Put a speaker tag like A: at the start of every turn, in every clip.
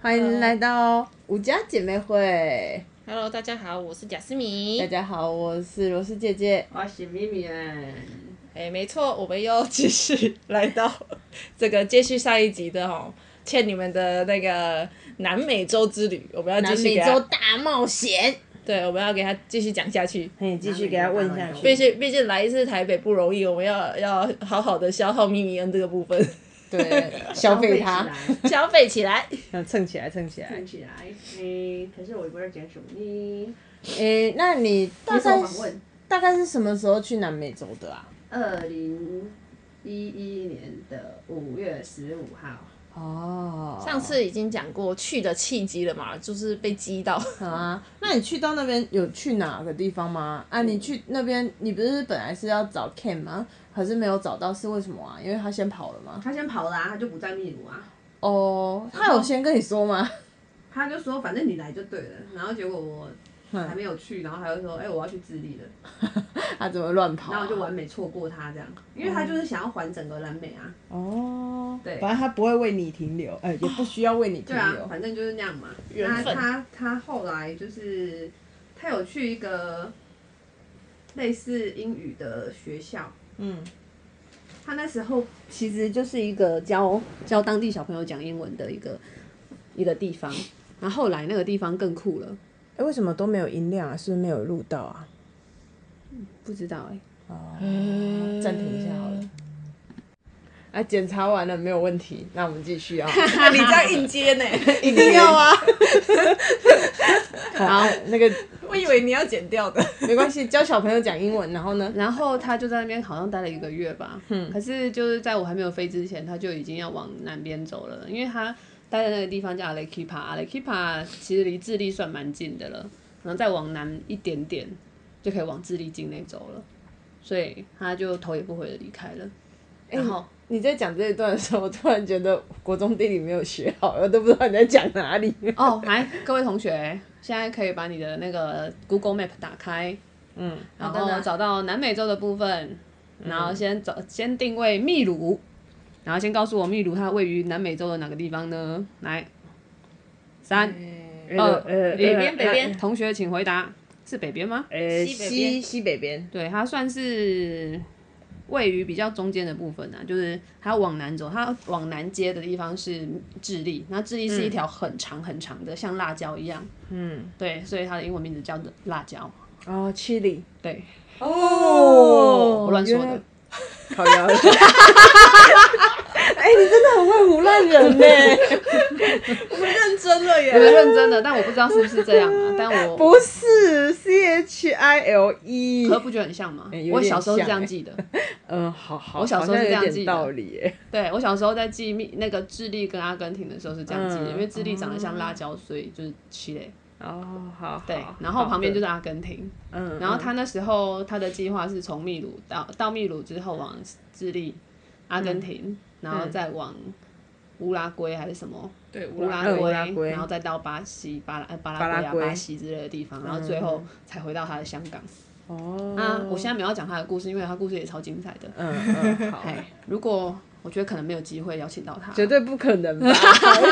A: 欢迎来到五家姐妹会。
B: Hello，大家好，我是贾思米。
A: 大家好，我是罗斯姐姐。
C: 我是咪咪
A: 啊
C: 哎，
B: 哎、没错，我们又继续来到这个接续上一集的哦，欠你们的那个南美洲之旅，我们要继
A: 南
B: 续
A: 美
B: 给
A: 洲
B: 他，
A: 大冒险，
B: 对，我们要给他继续讲下去。
A: 嘿，继续给他问下
C: 南
B: 毕
A: 去。
C: 美洲
B: 竟，毕竟来一次台北不容易，我们要要好好的消耗秘密恩这个部分，
A: 对， 消费它，
B: 消费起来。
A: 要蹭起来，蹭起来。
C: 看起来，诶、可是我也不知道讲什么
A: 嗯
C: 呢。
A: 诶，那你大
C: 接受
A: 概
C: 访问，
A: 大概是什么时候去南美洲的啊？
C: 二零一一年的五月十五号，
A: 哦，
B: 上次已经讲过去的契机了嘛，就是被激到。
A: 啊，那你去到那边有去哪个地方吗？啊，你去那边，你不是本来是要找 Ken 吗？可是没有找到，是为什么啊？因为他先跑了吗？
C: 他先跑啦、他就不在秘鲁啊。
A: 哦，他有先跟你说吗？
C: 他就说反正你来就对了，然后结果我
A: 嗯
C: 还没有去，然后他就说哎、我要去智利了，
A: 他怎么乱跑、啊？
C: 然后我就完美错过他这样，因为他就是想要环整个南美啊。
A: 哦，
C: 对
A: 反正他不会为你停留，哎、也不需要为你停
C: 对啊
A: 留。，
C: 反正就是那样嘛。
B: 缘
C: 那
B: 分
C: 他他后来就是他有去一个类似英语的学校，
A: 嗯，
C: 他那时候其实就是一个教教当地小朋友讲英文的一个一个地方。然后后来那个地方更酷了，
A: 哎、为什么都没有音量啊？是不是没有录到啊？
C: 不知道哎、
A: 哦，暂停一下好了。啊，检查完了没有问题，那我们继续啊，
B: 你这样硬接呢？
A: 一定要啊。好，那个
B: 我以为你要剪掉的。
A: 没关系，教小朋友讲英文，然后呢？
C: 然后他就在那边好像待了一个月吧。可是就是在我还没有飞之前，他就已经要往南边走了，因为他待在那个地方叫阿雷基帕，阿雷基帕其实离智利算蛮近的了，然后再往南一点点就可以往智利境内走了，所以他就头也不回的离开了。然后
A: 你在讲这一段的时候，我突然觉得国中地理没有学好，我都不知道你在讲哪里。
C: 哦，来各位同学，现在可以把你的那个 Google Map 打开，
A: 嗯，
C: 然
B: 的
C: 后找到南美洲的部分，然后先找先定位秘鲁，然后先告诉我秘鲁它位于南美洲的哪个地方呢？来，三二呃
B: 北边
C: 一
B: 北边
C: 同学请回答，是北边吗？
A: 呃，
B: 西北边
A: 西西北边，
C: 对，它算是位于比较中间的部分啊，就是它往南走，它往南接的地方是智利，那智利是一条很长很长的，像辣椒一样，
A: 嗯，
C: 对，所以它的英文名字叫做辣椒，
A: 哦，七里，
C: 对，
A: 哦
C: 我乱说的。
A: 烤腰了。 哎、你真的很会胡乱人呢、
B: 认真了
C: 我
B: 耶！
C: 认真的，但我不知道是不是这样啊，但 我
A: 不是 C H I L E
C: 可。不觉得很像吗
A: 欸？有
C: 我
A: 点
C: 小时候是
A: 像
C: 这样
A: 欸
C: 记的，
A: 嗯，好好，
C: 我小时
A: 好
C: 候
A: 像
C: 是这样
A: 有
C: 记
A: 点
C: 的
A: 道理、欸。
C: 对我小时候在记密那个智利跟阿根廷的时候是这样记的，
A: 嗯
C: 因为智利长得像辣椒，所以就是七嘞。
A: 哦，好，
C: 对
A: 好，，
C: 然后旁边就是是阿根廷，
A: 嗯，
C: 然后他那时候他的计划是从秘鲁到到秘鲁之后往智利、阿
A: 嗯
C: 根廷，然后再往乌拉圭还是什么
B: 对，乌
C: 乌
B: 拉
C: 拉
A: 圭嗯
B: 圭。
A: 乌拉圭
C: 然后再到巴西、巴拉呃巴
A: 巴拉
C: 拉圭啊、
A: 圭嗯
C: 巴西之类的地方，然后最后才回到他的香港。
A: 哦，
C: 啊，我现在没有要讲他的故事，因为他故事也超精彩的。
A: 嗯嗯，好，
C: 哎，如果我觉得可能没有机会邀请到他，
A: 绝对不可 能吧？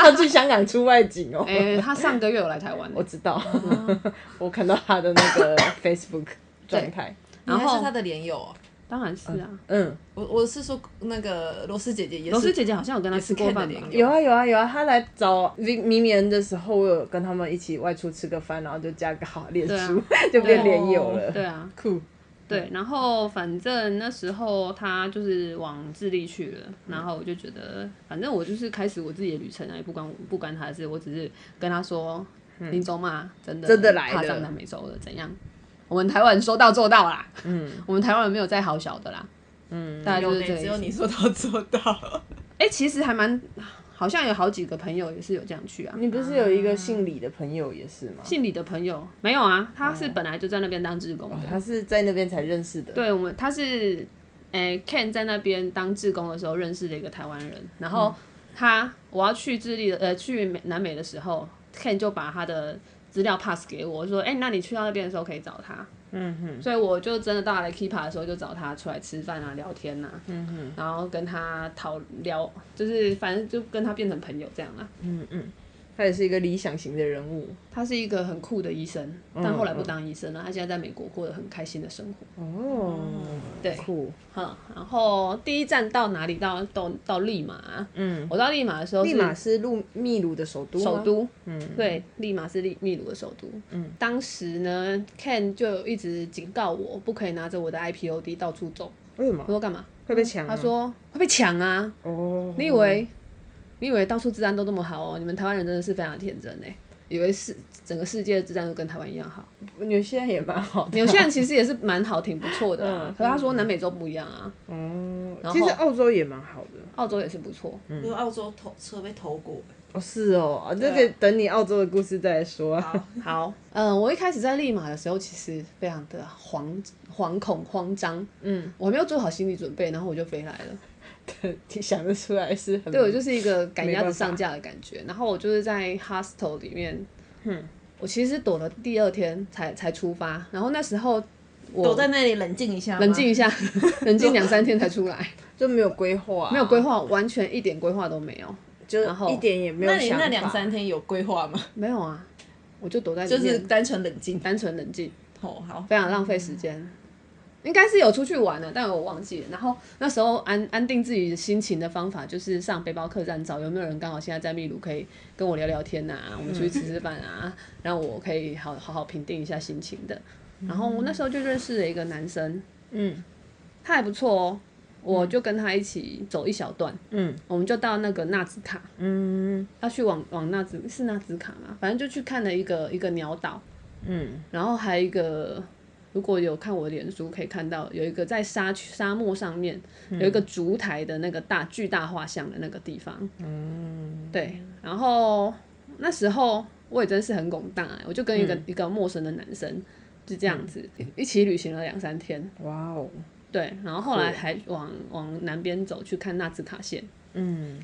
A: 要去香港出外景哦、
C: 哎、他上个月有来台湾，欸
A: 我知道， 我看到他的那 个 Facebook 状态，
C: 然
B: 然后
C: 后
B: 是他的连友哦、
C: 当然是啊，
A: 嗯，
B: 我我是说那个罗斯姐姐也是，
C: 罗斯姐姐好像有跟他吃过饭
B: 也是
C: 吧
B: Ken 的？脸
A: 有啊有啊有啊，他来找米米米恩的时候，我有跟他们一起外出吃个饭，然后就加个好脸书，就变脸友了。
C: 啊对啊，
A: 酷，
C: 对，然后反正那时候他就是往智利去了，然后我就觉得，反正我就是开始我自己的旅程啊，也不关我不关他的事，我只是跟他说，林总嘛，真的
A: 真的来
C: 踏
A: 了
C: 上南美洲了，怎样？我们台湾人说到做到啦，嗯， 我们台湾人没有再好小的啦，嗯，大概就
B: 有
C: 是
B: 的
C: 这个
B: 哦只
C: 意
B: 有
C: 思。
B: 你说到做到，
C: 哎、其实还蛮，好像有好几个朋友也是有这样去啊。
A: 你不是有一个姓李的朋友也是吗？
C: 姓李的朋友没有啊，他是本来就在那边当志工的。
A: 他是在那边才认识的。
C: 对我们，他是，诶、k e n 在那边当志工的时候认识的一个台湾人，然后他我要去智利的，呃，去美南美的时候，Ken 就把他的资料 pass 给我，说，哎、那你去到那边的时候可以找他。嗯哼，所以我就真的到来 Kipa 的时候，就找他出来吃饭啊、聊天呐、嗯哼，然后跟他讨聊，就是反正就跟他变成朋友这样啦、啊
A: 嗯嗯，他也是一个理想型的人物。
C: 他是一个很酷的医生，但后来不当医生了，他现在在美国过得很开心的生活。
A: 哦，
C: 对
A: 酷。
C: 哈、然后第一站到哪里？到到到利马。啊
A: 嗯，
C: 我到利马的时候是
A: 利马是路秘鲁的首都吗，啊
C: 首都，嗯，对，利马是利秘鲁的首都。嗯，当时呢，Ken 就一直警告我，不可以拿着我的 IPOD 到处走。
A: 为什
C: 我
A: 么
C: 说干嘛？
A: 会被抢吗？啊
C: 他说会被抢啊！
A: 哦，
C: 你以为你以为到处治安都那么好哦？你们台湾人真的是非常天真哎、以为是整个世界的治安都跟台湾一样好。
A: 纽西兰也蛮好 的。
C: 纽西兰其实也是蛮好，挺不错的、啊。
A: 嗯
C: 可是他说南美洲不一样啊，
A: 哦，
C: 然后
A: 其实澳洲也蛮好的。
C: 澳洲也是不错。
B: 因为澳洲偷车被偷过，
A: 哦，是哦，啊这
B: 对
A: 个
B: 啊
A: 等你澳洲的故事再来说啊。
C: 好，嗯，我一开始在利马的时候，其实非常的惶惶恐、慌张，
A: 嗯，
C: 我还没有做好心理准备，然后我就飞来了。
A: 你想得出来是很
C: 对我就是一个赶
A: 没
C: 鸭子
A: 办法
C: 上架的感觉。然后我就是在 hostel 里面，嗯，我其实躲了第二天才才出发，然后那时候
A: 啊
C: 我
B: 躲在那里冷静一下，
C: 冷静 一，下，冷静两三天才出来，
A: 就没有规划啊，
C: 没有规划，完全一点规划都没有，
A: 就
C: 然后
A: 一点也没有
B: 那
A: 想
B: 你
A: 法。
B: 那两三天有规划吗？
C: 没有啊，我就躲在
B: 就
C: 里面，
B: 是单纯冷静。
C: 单纯冷静。
B: 哦，好，
C: 非常浪费时间。应该是有出去玩了，但我忘记了。然后那时候安安定自己心情的方法就是上背包客栈找有没有人刚好现在在秘鲁可以跟我聊聊天啊，我们出去吃吃饭啊，然后我可以好好好平定一下心情的。然后我那时候就认识了一个男生，
A: 嗯
C: 他还不错哦，我就跟他一起走一小段，
A: 嗯
C: 我们就到那个纳兹卡，
A: 嗯
C: 要去往往纳兹是纳兹卡嘛，反正就去看了一个一个鸟岛，
A: 嗯
C: 然后还有一个，如果有看我的脸书，可以看到有一个在沙区沙漠上面
A: 嗯
C: 有一个烛台的那个大巨大画像的那个地方。嗯，对。然后那时候我也真是很拱大、我就跟一个、
A: 嗯
C: 一个陌生的男生就这样子、一起旅行了两三天。
A: 哇哦，
C: 对，然后后来
A: 酷
C: 还往往南边走去看纳兹卡线。
A: 嗯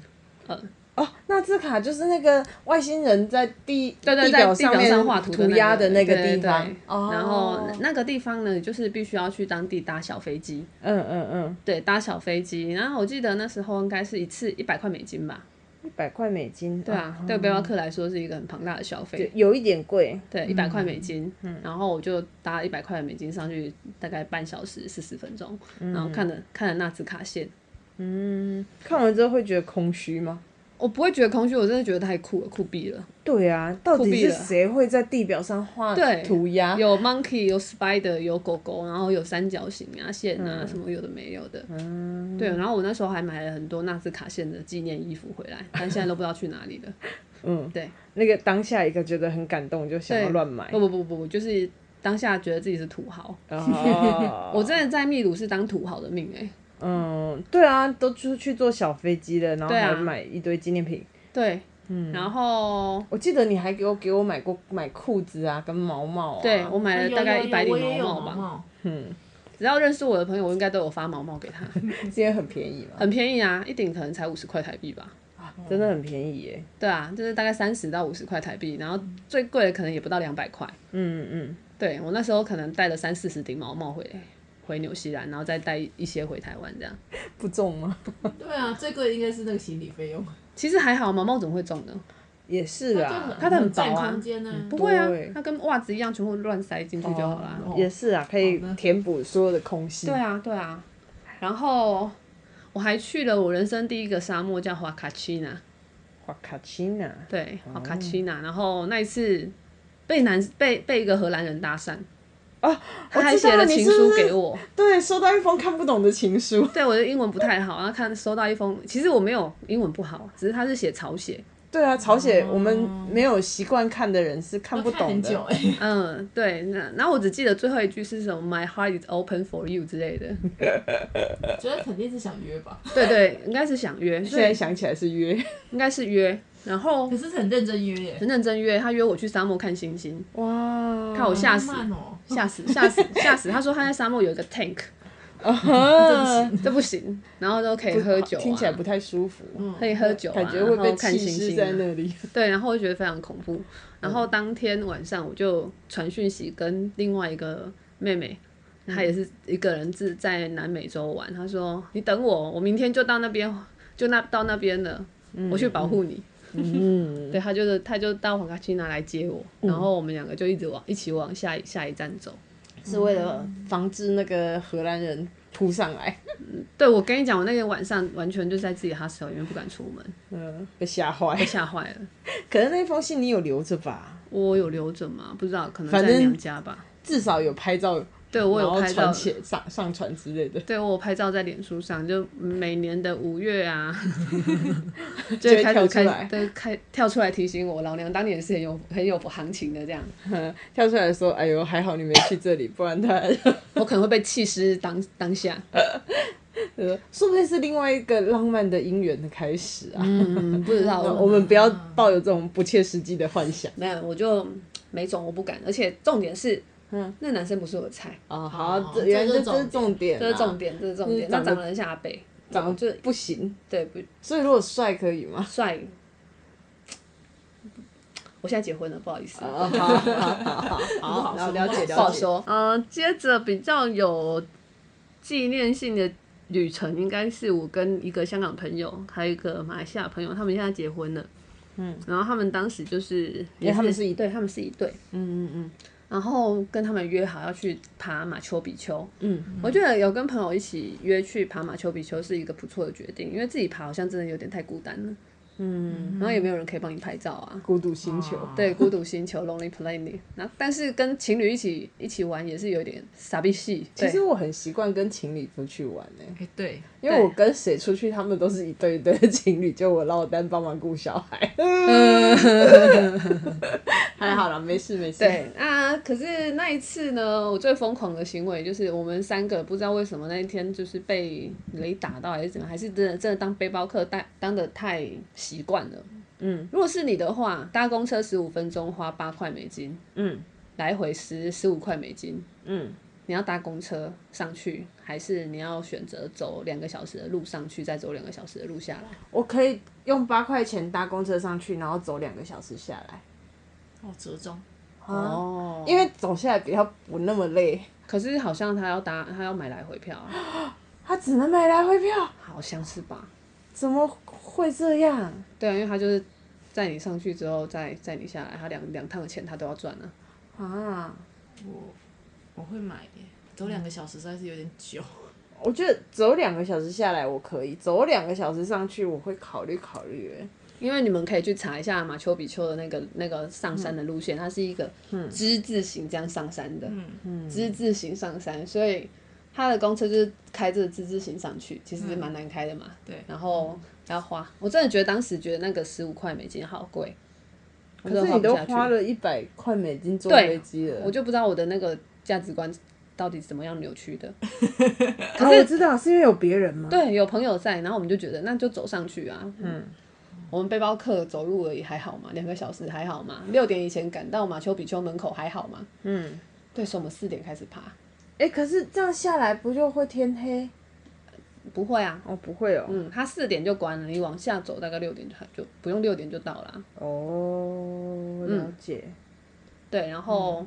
C: 呃。
A: 哦，纳兹卡就是那个外星人在地
C: 对对，
A: 地
C: 在
A: 表
C: 表
A: 面
C: 上画图
A: 涂
C: 那
A: 鸦
C: 个
A: 的那个
C: 对对
A: 地方
C: 对。
A: 哦
C: 然后那那个地方呢，就是必须要去当地搭小飞机。
A: 嗯嗯嗯，
C: 对，搭小飞机。然后我记得那时候应该是一次一百块美金吧。
A: 一百块美金。
C: 对啊，对背包客来说是一个很庞大的消
A: 有
C: 费。
A: 有一点贵。
C: 对，一百块美金，然后我就搭一百块美金上去，大概半小时四十分钟，然后看了看了纳兹卡线，
A: 看完之后会觉得空虚吗？
C: 我不会觉得空虚，我真的觉得太酷了，酷毙了。
A: 对啊，到
C: 酷
A: 底
C: 毙
A: 是
C: 了
A: 谁会在地表上画
C: 对
A: 涂鸦？
C: 有 monkey，有 spider，有狗狗，然后有三角形啊、线啊、
A: 嗯
C: 什么有的没有的。对，然后我那时候还买了很多纳兹卡线的纪念衣服回 来，但现在都不知道去哪里了。
A: 嗯，
C: 对。
A: 那个当下一个觉得很感动，就想要
C: 对
A: 乱 买。
C: 不不不不不，就是当下觉得自己是土豪。
A: 哦，
C: 我真的在秘鲁是当土豪的命哎、
A: 嗯，对啊，都出去坐小飞机了，然后
C: 对啊
A: 还买一堆纪念品。
C: 对，嗯，然后
A: 我记得你还给我给我买过买裤子啊，跟毛毛啊。
C: 对我买了大概一百
B: 有有有我也
C: 顶毛
B: 有
C: 毛吧。
B: 毛
C: 只要认识我的朋友，我应该都有发毛毛给他，
A: 是因为很便宜嘛，
C: 很便宜啊，一顶可能才五十块台币吧。
A: 真的很便宜耶。
C: 对啊，就是大概三十到五十块台币，然后最贵的可能也不到两百块。
A: 嗯嗯，
C: 对我那时候可能带了三四十顶毛毛回回纽西兰，然后再带一些回台湾这样。
A: 不重吗？
B: 对啊，最贵的应该是那个行李费用，
C: 其实还好，毛毛怎么会中呢？
A: 也是
B: 就
A: 啊，
C: 它的很薄
B: 占
C: 啊
B: 空间呢。
C: 不会啊
A: 对，
C: 它跟袜子一样，全部乱塞进去就好啦。
B: 哦
A: 也是啊，可以
B: 好的
A: 填补所有的空隙。
C: 对啊，对啊。然后我还去了我人生第一个沙漠，叫华卡奇纳，
A: 哇卡奇娜，
C: 对，
A: 哦
C: 华卡奇纳。然后那一次被男被被一个荷兰人搭讪，他还
A: 我知道啊
C: 写了
A: 你
C: 情
A: 是不
C: 书
A: 是
C: 给我。
A: 对，收到一封看不懂的情书。
C: 对，我的英文不太好，然后看收到一封，其实我没有英文不好，只是他是写草写。
A: 对啊，朝鲜我们没有习惯看的人是看不
B: 要
A: 懂
B: 很久
A: 的。
B: 哎，
C: 嗯，对。那然后我只记得最后一句是什么，My heart is open for you 之类的。
B: 觉得肯定是想约吧，
C: 对对，应该是 想约，
A: 现在想起来是约，
C: 应该是约。然后
B: 可是很认真约耶，
C: 很认真约，他约我去沙漠看星星，
A: 哇，
C: 看我吓死。
B: 慢哦，
C: 吓死，吓 死，吓死！他说他在沙漠有一个 tank，
A: 啊
C: 这不行，然后都可以喝酒、啊，
A: 听起来不太舒服，
C: 可以喝 酒、啊，
A: 感觉会
C: 然后
A: 被
C: 看
A: 弃
C: 星
A: 尸
C: 星、
A: 在
C: 啊。
A: 那里。
C: 对，然后我就觉得非常恐怖。然
A: 嗯
C: 后当天晚上我就传讯息跟另外一个妹妹，她
A: 嗯
C: 也是一个人自在南美洲玩。
A: 嗯
C: 她说：“你等我，我明天就到那边，就那到那边了，我去保护你。对，他就是他就到黄卡西拿来接我，
A: 嗯
C: 然后我们两个就一直往一起往下一下一站走。
A: 是为了防止那个荷兰人扑上来，
C: 对，我跟你讲，我那个晚上完全就在自己 hostel 里面不敢出门，
A: 嗯，被吓坏。
C: 吓坏了。
A: 可是那封信你有留着吧？
C: 我有留着吗？不知道，可能
A: 反
C: 在
A: 正
C: 娘家吧。
A: 至少有拍照，
C: 对我
A: 然
C: 有
A: 后
C: 拍
A: 传
C: 照，
A: 起上上传之类的，
C: 对我有拍照在脸书上，就每年的五月 啊，
A: 就
C: 就
A: 会
C: 会开
A: 跳
C: 始
A: 出来
C: 开，对，开跳出来提醒我，老娘当年是很有很有行情的这样，
A: 嗯跳出来说：“哎呦，还好你没去这里，不然他
C: 我可能会被气尸当当下。
A: 说不定是另外一个浪漫的姻缘的开始啊。
C: 嗯，不知 道，
A: 那我们不要抱有这种不切实际的幻想
C: 没有，我就没种，我不敢，而且重点是，嗯，那男生不是我的菜，
A: 啊！
B: 哦
A: 好，这
B: 这
A: 原来
B: 是
A: 这这是重点啊，
C: 这是重点，这是重点。
A: 那
C: 那
A: 长得
C: 长得很像阿北，
A: 长
C: 就
A: 得不行，
C: 对不
A: 所以如果帅可以吗？
C: 帅。我现在结婚了，不好意思。
A: 啊，好好好好好，了了解
C: 不
A: 了
C: 好
A: 解。
C: 说。呃，接着比较有纪念性的旅程，应该是我跟一个香港朋友，还有一个马来西亚朋友，他们现在结婚了。嗯，然后他们当时就是，
A: 因为他们是一
C: 对，他们是一对。
A: 嗯嗯嗯，
C: 然后跟他们约好要去爬马丘比丘。
A: 嗯，
C: 我觉得有跟朋友一起约去爬马丘比丘是一个不错的决定，因为自己爬好像真的有点太孤单了。嗯，然后也没有人可以帮你拍照啊。
A: 孤独星球，
C: 对，孤独星球 （Lonely Planet）。那但是跟情侣一起一起玩也是有点傻逼戏。
A: 其
C: 对
A: 实我很习惯跟情侣出去玩呢、
B: 哎，对，
A: 因为我跟谁出去，他们都是一对一对的情侣，就我落单帮忙顾小 孩。还好啦，没事没事。
C: 对，那可是那一次呢，我最疯狂的行为就是我们三个不知道为什么那一天就是被雷打到还是怎么样，还是真的真的当背包客当当的太习惯了。嗯，如果是你的话，搭公车十五分钟花八块美金，
A: 嗯，
C: 来回十十五块美金，
A: 嗯，
C: 你要搭公车上去，还是你要选择走两个小时的路上去，再走两个小时的路下来？
A: 我可以用八块钱搭公车上去，然后走两个小时下来。
B: 哦，折中，
A: 哦，
C: 哦
A: 因为走下来比较不那么累。
C: 可是好像他要搭，他要买来回票啊，
A: 他只能买来回票，
C: 好像是吧？
A: 怎么会这样？
C: 对啊，因为他就是载你上去之后再载你下来，他两两趟的钱他都要赚啊。
A: 啊，
B: 我我会买耶，走两个小时实在是有点久。
A: 我觉得走两个小时下来我可以，走两个小时上去我会考虑考虑欸。
C: 因为你们可以去查一下马丘比丘的那个那个上山的路线，它是一个之字形这样上山的，之字形上山，所以他的公车就是开这个之字形上去，其实蛮难开的嘛。
B: 对
C: 然后要花，我真的觉得当时觉得那个十五块美金好贵，我
A: 可
C: 真的
A: 是
C: 花
A: 你
C: 不
A: 都
C: 下去
A: 花了一百块美金坐
C: 对
A: 飞机了，
C: 我就不知道我的那个价值观到底怎么样扭曲的。
A: 可哦是、我知道是因为有别人吗？
C: 对，有朋友在，然后我们就觉得那就走上去啊。嗯，我们背包客走路而已，还好嘛，两个小时还好嘛，六点以前赶到马丘比丘门口还好嘛。
A: 嗯，
C: 对，所以我们四点开始爬，
A: 哎、可是这样下来不就会天黑？
C: 不会啊。
A: 哦，不会哦。
C: 嗯，它四点就关了，你往下走大概六点就就不用六点就到啊啦。
A: 哦，了解。
C: 对，然后、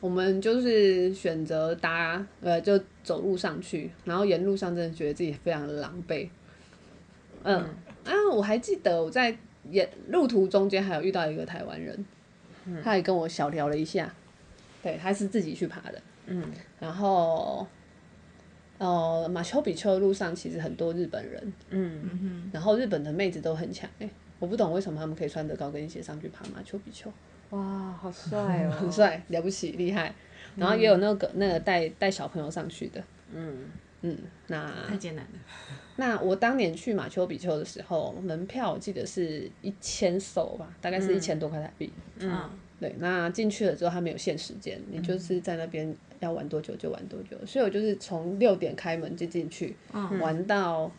C: 我们就是选择搭呃就走路上去，然后沿路上真的觉得自己非常的狼狈。嗯啊，我还记得我在沿路途中间还有遇到一个台湾人，他也跟我小聊了一下，对，他是自己去爬的，嗯，然后。呃，马丘比丘的路上其实很多日本人，
A: 嗯，
C: 然后日本的妹子都很强哎、我不懂为什么他们可以穿着高跟鞋上去爬马丘比丘。
A: 哇，好帅哦！
C: 很。帅，了不起，厉害。然后也有那个、那个带带小朋友上去的，嗯嗯，那
B: 太艰难了，
C: 那我当年去马丘比丘的时候，门票我记得是一千手吧，大概是一千多块台币。
B: 嗯，
C: 对，那进去了之后，它没有限时间，你就是在那边要玩多久就玩多久。所以我就是从六点开门就进去，玩到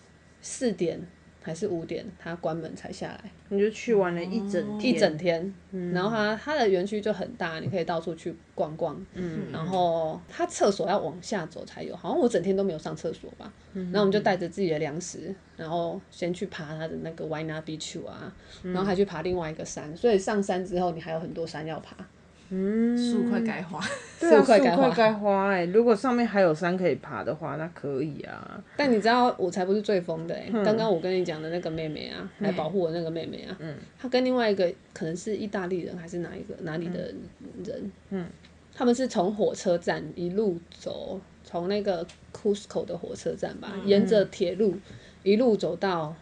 C: 四点还是五点，它关门才下来。
A: 你就去玩了一整天，嗯
C: 一整天，然后它它的园区就很大，你可以到处去逛逛，嗯，然后它厕所要往下走才有，好像我整天都没有上厕所吧，
A: 嗯
C: 然后我们就带着自己的粮食，然后先去爬它的那个
A: 嗯
C: Waina Beach 啊，然后还去爬另外一个山，所以上山之后你还有很多山要爬，
A: 嗯，
B: 树快该花。
A: 对啊，
C: 树快
A: 树
C: 该
A: 快
C: 花
A: 该花哎、如果上面还有山可以爬的话，那可以啊。
C: 但你知道我才不是最疯的哎、刚刚我跟你讲的那个妹妹啊，来保护我那个妹妹啊，她跟另外一个可能是意大利人还是哪一个哪里的人，嗯，他们是从火车站一路走，从那个 Cusco 的火车站吧，沿着铁路一路走到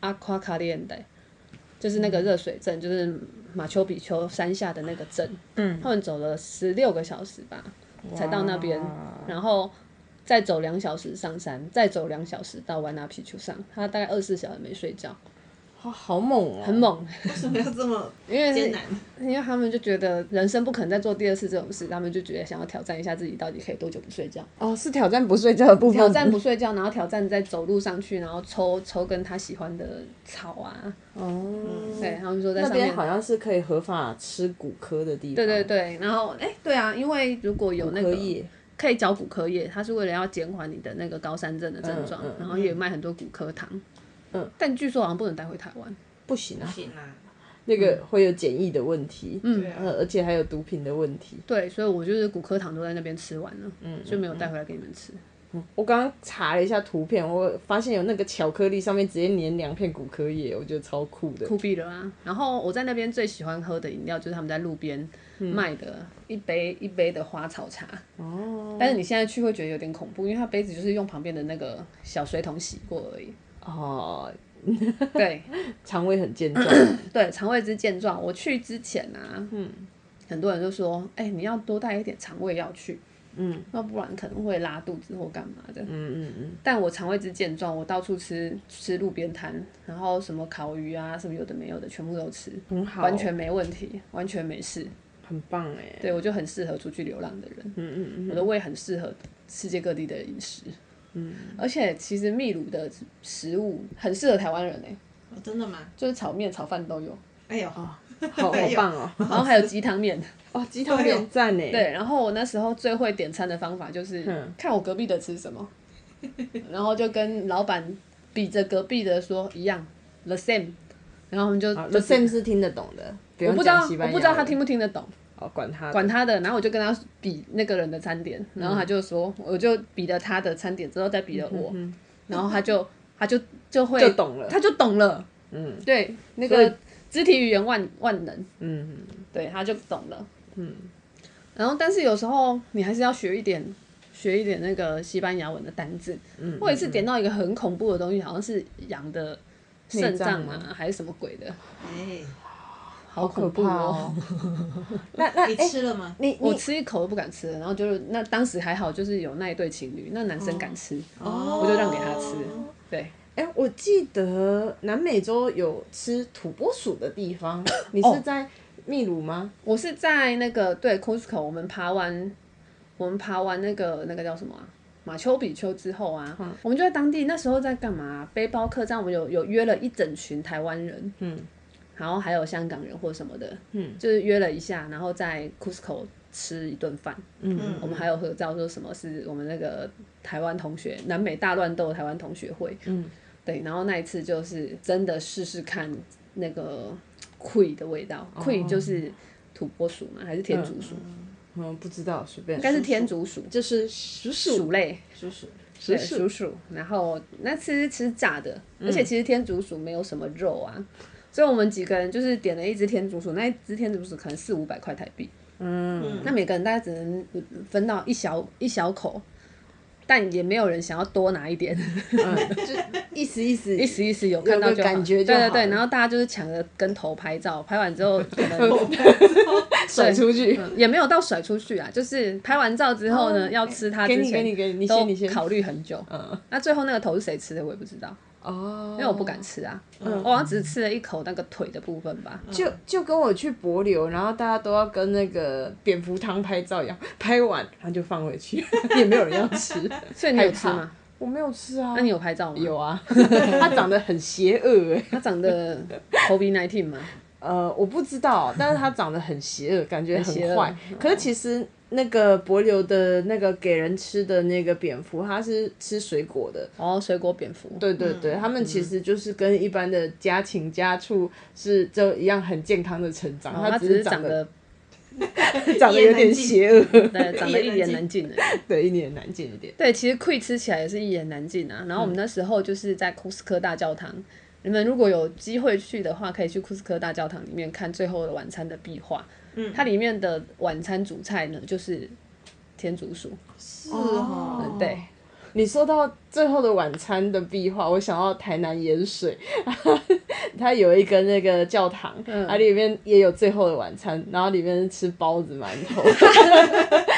C: 阿夸卡利恩代，就是那个热水镇，就是马丘比丘山下的那个镇，嗯，他们走了十六个小时吧，才到那边。
A: 哇
C: 然后再走两小时上山，再走两小时到万纳皮丘上。他大概二十四小时没睡觉，
A: 好好猛哦、
C: 很猛，
B: 为什么要这么
C: 因为
B: 艰难？
C: 因为他们就觉得人生不可能再做第二次这种事，他们就觉得想要挑战一下自己到底可以多久不睡觉，
A: 哦，是挑战不睡觉的部分。
C: 挑战不睡觉，然后挑战在走路上去，然后抽抽跟他喜欢的草啊，
A: 哦，
C: 对他们说在
A: 那
C: 上面
A: 边。好像是可以合法吃骨科的地方。
C: 对对对，然后哎，对啊，因为如果有那
A: 可
C: 个
A: 以。
C: 可以嚼骨科液，它是为了要减缓你的那个高山症的症状，
A: 嗯嗯嗯
C: 然后也卖很多骨科糖，
A: 嗯，
C: 但据说好像不能嗯带回台湾，
A: 不行啊，
B: 行啊，
A: 那个会有检疫的问题，
C: 嗯
B: 对啊
A: 呃，而且还有毒品的问题。
C: 对，所以我就是骨科糖都在那边吃完了，
A: 嗯
C: 就没有带回来给你们吃。
A: 我刚刚查了一下图片，我发现有那个巧克力上面直接粘两片骨科液，我觉得超酷的。
C: 酷毙了啊！然后我在那边最喜欢喝的饮料就是他们在路边卖的一杯一杯的花草茶。哦。但是你现在去会觉得有点恐怖，因为它杯子就是用旁边的那个小水桶洗过 而已。
A: 哦，
C: 对
A: 肠胃很健壮，
C: 嗯对，肠胃之健壮。我去之前啊，嗯，很多人就说，哎、你要多带一点肠胃药去，嗯，要不然可能会拉肚子或干嘛的。
A: 嗯嗯嗯，
C: 但我肠胃之健壮，我到处吃吃路边摊，然后什么烤鱼啊，什么有的没有的，全部都吃，
A: 很嗯好，
C: 完全没问题，完全没事。
A: 很棒哎。
C: 对我就很适合出去流浪的人，嗯嗯嗯，我的胃很适合世界各地的饮食，嗯，而且其实秘鲁的食物很适合台湾人诶、
B: 哦真的吗？
C: 就是炒面、炒饭都有，
B: 哎呦，
A: 好 好棒哦、
C: 然后还有鸡汤面，
A: 哦，鸡汤面赞欸呢。
C: 对，然后我那时候最会点餐的方法就是
A: 嗯
C: 看我隔壁的吃什么， 然后就跟老板比着隔壁的说一样，the same，然后我们就
A: 啊
C: 就
A: ，The
C: 是
A: Sam 是听得懂的，不
C: 我
A: 用
C: 不知道
A: 讲
C: 我
A: 西班牙
C: 不知道他
A: 文
C: 听不听得懂，
A: 哦，管他的
C: 管他的，然后我就跟他比那个人的餐点，然后他就说，我就比了他的餐点之后再比了我，然后他就他就就会
A: 嗯就懂了
C: 他就懂了，
A: 嗯，
C: 对，那
A: 所以
C: 个肢体语言万万能，
A: 嗯，
C: 对，他就懂了，嗯，然后但是有时候你还是要学一点，学一点那个西班牙文的单字。嗯，我有一次点到一个很恐怖的东西，好像是羊的肾脏
A: 内脏
C: 啊，还是什么鬼的，
B: 哎，
C: 好
A: 可
C: 恐
A: 怕
C: 怖
A: 哦。那那
B: 你
A: 哎、
B: 吃了吗？
A: 你
C: 我
A: 你
C: 吃一口都不敢吃了，然后就是那当时还好，就是有那一对情侣，那男生敢吃，
B: 哦
C: 我就让给他吃。对，
A: 哎、我记得南美洲有吃土拨鼠的地 方，你
C: 哦
A: 是在秘鲁吗？
C: 我是在那个对 Costco，我们爬完，我们爬完那个那个叫什么啊？马丘比丘之后啊，我们就在当地那时候在干嘛啊、背包客栈，我们有有约了一整群台湾人，嗯，然后还有香港人或什么的，嗯，就是约了一下，然后在 Costco 吃一顿饭，
A: 嗯，
C: 我们还有合照，说什么是我们那个台湾同学南美大乱斗台湾同学会，嗯，对，然后那一次就是真的试试看那个 q 的味道 q 就是土拨鼠嘛，还是天竺鼠？
A: 哦嗯，不知道，随便。
C: 应该是天竺鼠，
A: 就是鼠鼠
C: 鼠类，
B: 叔叔，
A: 鼠
C: 对，
A: 鼠
C: 鼠鼠。然后那次吃炸的，
A: 嗯
C: 而且其实天竺鼠没有什么肉啊，所以我们几个人就是点了一只天竺鼠，那一只天竺鼠可能四五百块台币，
A: 嗯，
C: 那每个人大概只能分到一小一小口。但也没有人想要多拿一 点，
A: 嗯，就意思意思
C: 意思意思有看到
A: 有
C: 就
A: 个
C: 好
A: 感觉就
C: 对
A: 好
C: 对对，然后大家就是抢着跟头拍照，拍完之后可 能
A: 哦甩出去，
C: 也没有到甩出去啊，就是拍完照之后呢，
A: 哦
C: 要吃它
A: 给
C: 之
A: 你给
C: 前
A: 你给你，你
C: 都
A: 先你先。
C: 考虑很久。
A: 嗯
C: 那最后那个头是谁吃的，我也不知道，
A: 哦，
C: 因为我不敢吃啊。我好像只吃了一口那个腿的部分吧。
A: 就就跟我去柏流，然后大家都要跟那个蝙蝠汤拍照一样，拍完然后就放回去， 也没有人要吃。
C: 所以你有吃吗？
A: 我没有吃啊
C: 那，你有拍照吗？。
A: 有啊， 它长得很邪恶哎，
C: 它长得 COVID nineteen 吗？
A: 呃，我不知道，但是它长得很邪恶，感觉
C: 很邪
A: 很
C: 恶
A: 坏。可是其实那个柏流的那个给人吃的那个蝙蝠，它是吃水果的。
C: 哦，水果蝙蝠。
A: 对对对，他们其实就是跟一般的家禽家畜是就一样很健康的成长，
C: 哦，它
A: 只
C: 只是
A: 长
C: 长得
A: 长得有点邪恶，
C: 对，长得 一言难尽的。
A: 对，一言难尽一点。
C: 对，其实 q u i 吃起来也是一言难尽啊。然后我们那时候就是在库斯科大教堂，你们如果有机会去的话，可以去库斯科大教堂里面看《最后的晚餐》的壁画。嗯，它里面的晚餐主菜呢，就是天竺鼠。
B: 是
A: 哦
C: 嗯，对，
A: 你说到最后的晚餐的壁画，我想到台南盐水， 它有一个那个教堂，
C: 嗯
A: 它里面也有最后的晚餐，然后里面是吃包子馒头，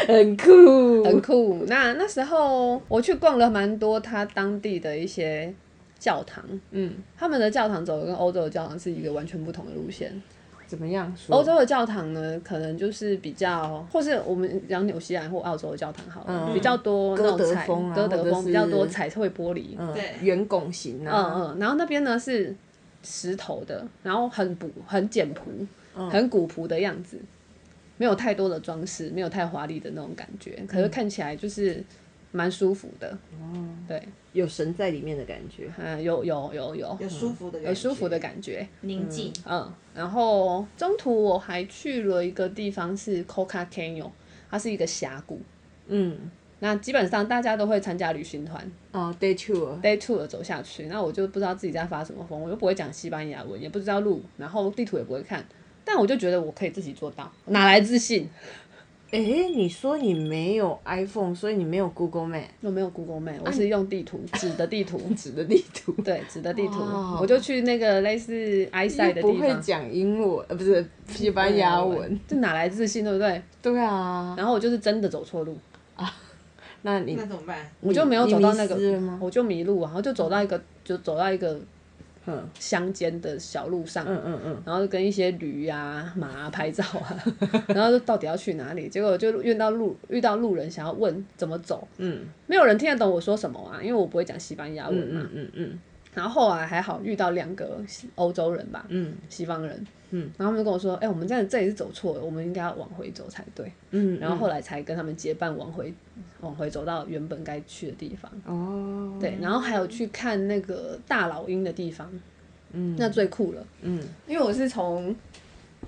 A: 很酷。
C: 很酷。那那时候我去逛了蛮多它当地的一些教堂，
A: 嗯，
C: 他们的教堂走的跟欧洲的教堂是一个完全不同的路线。
A: 哦怎么样说？
C: 欧洲的教堂呢，可能就是比较，或是我们讲纽西兰或澳洲的教堂好了，
A: 嗯
C: 比较多那
A: 哥
C: 种
A: 德
C: 彩
A: 风啊
C: 哥德
A: 或者
C: 风
A: 是
C: 比较多彩绘玻璃，嗯
A: 嗯
B: 哦对
A: 圆拱形啊，
C: 嗯，然后那边呢是石头的，然后很朴很简朴，很古朴的样子，没有太多的装饰，没有太华丽的那种感觉，可是看起来就是蛮舒服的，对，
A: 有神在里面的感觉。
C: 嗯，有有有有
D: 有舒服的感觉，
C: 有舒服的感觉，
B: 宁静，
C: 嗯，然后中途我还去了一个地方是 Coca Canyon，它是一个峡谷。
A: 嗯，
C: 那基本上大家都会参加旅行团
A: 哦，day two，
C: ，day two 的走下去。那我就不知道自己在发什么疯，我又不会讲西班牙文，也不知道路，然后地图也不会看，但我就觉得我可以自己做到，哪来自信？
A: 哎、你说你没有 iPhone，所以你没有 Google Map
C: 我没有 Google Map，我
A: 啊
C: 是用地图，纸的地图，
A: 指的地图，
C: 对，纸的地图
A: 哇，
C: 我就去那个类似埃塞的
A: 不
C: 地
A: 会
C: 方，
A: 讲英文，呃，不是西班牙文。，
C: 这哪来自信，对不对？
A: 对啊，
C: 然后我就是真的走错路，
A: 那你
D: 那怎么办？
C: 我就没有走到那
A: 你迷失
C: 个
A: 了吗，
C: 我就迷路啊，然后就走到一个，就走到一个
A: 嗯
C: 乡间的小路上，
A: 嗯嗯嗯，
C: 然后就跟一些驴啊、马啊拍照啊， 然后就到底要去哪里？结果就遇到路遇到路人，想要问怎么走，
A: 嗯，
C: 没有人听得懂我说什么啊，因为我不会讲西班牙文嘛。
A: 嗯嗯嗯
C: 然后后来还好遇到两个西欧洲人吧，
A: 嗯
C: 西方人，
A: 嗯，
C: 然后他们就跟我说，哎、我们这这里是走错了，我们应该要往回走才对。
A: 嗯，
C: 然后后来才跟他们结伴往回往回走到原本该去的地方。
A: 哦，
C: 对，然后还有去看那个大老鹰的地方，嗯，那最酷了，
A: 嗯，
C: 因为我是从，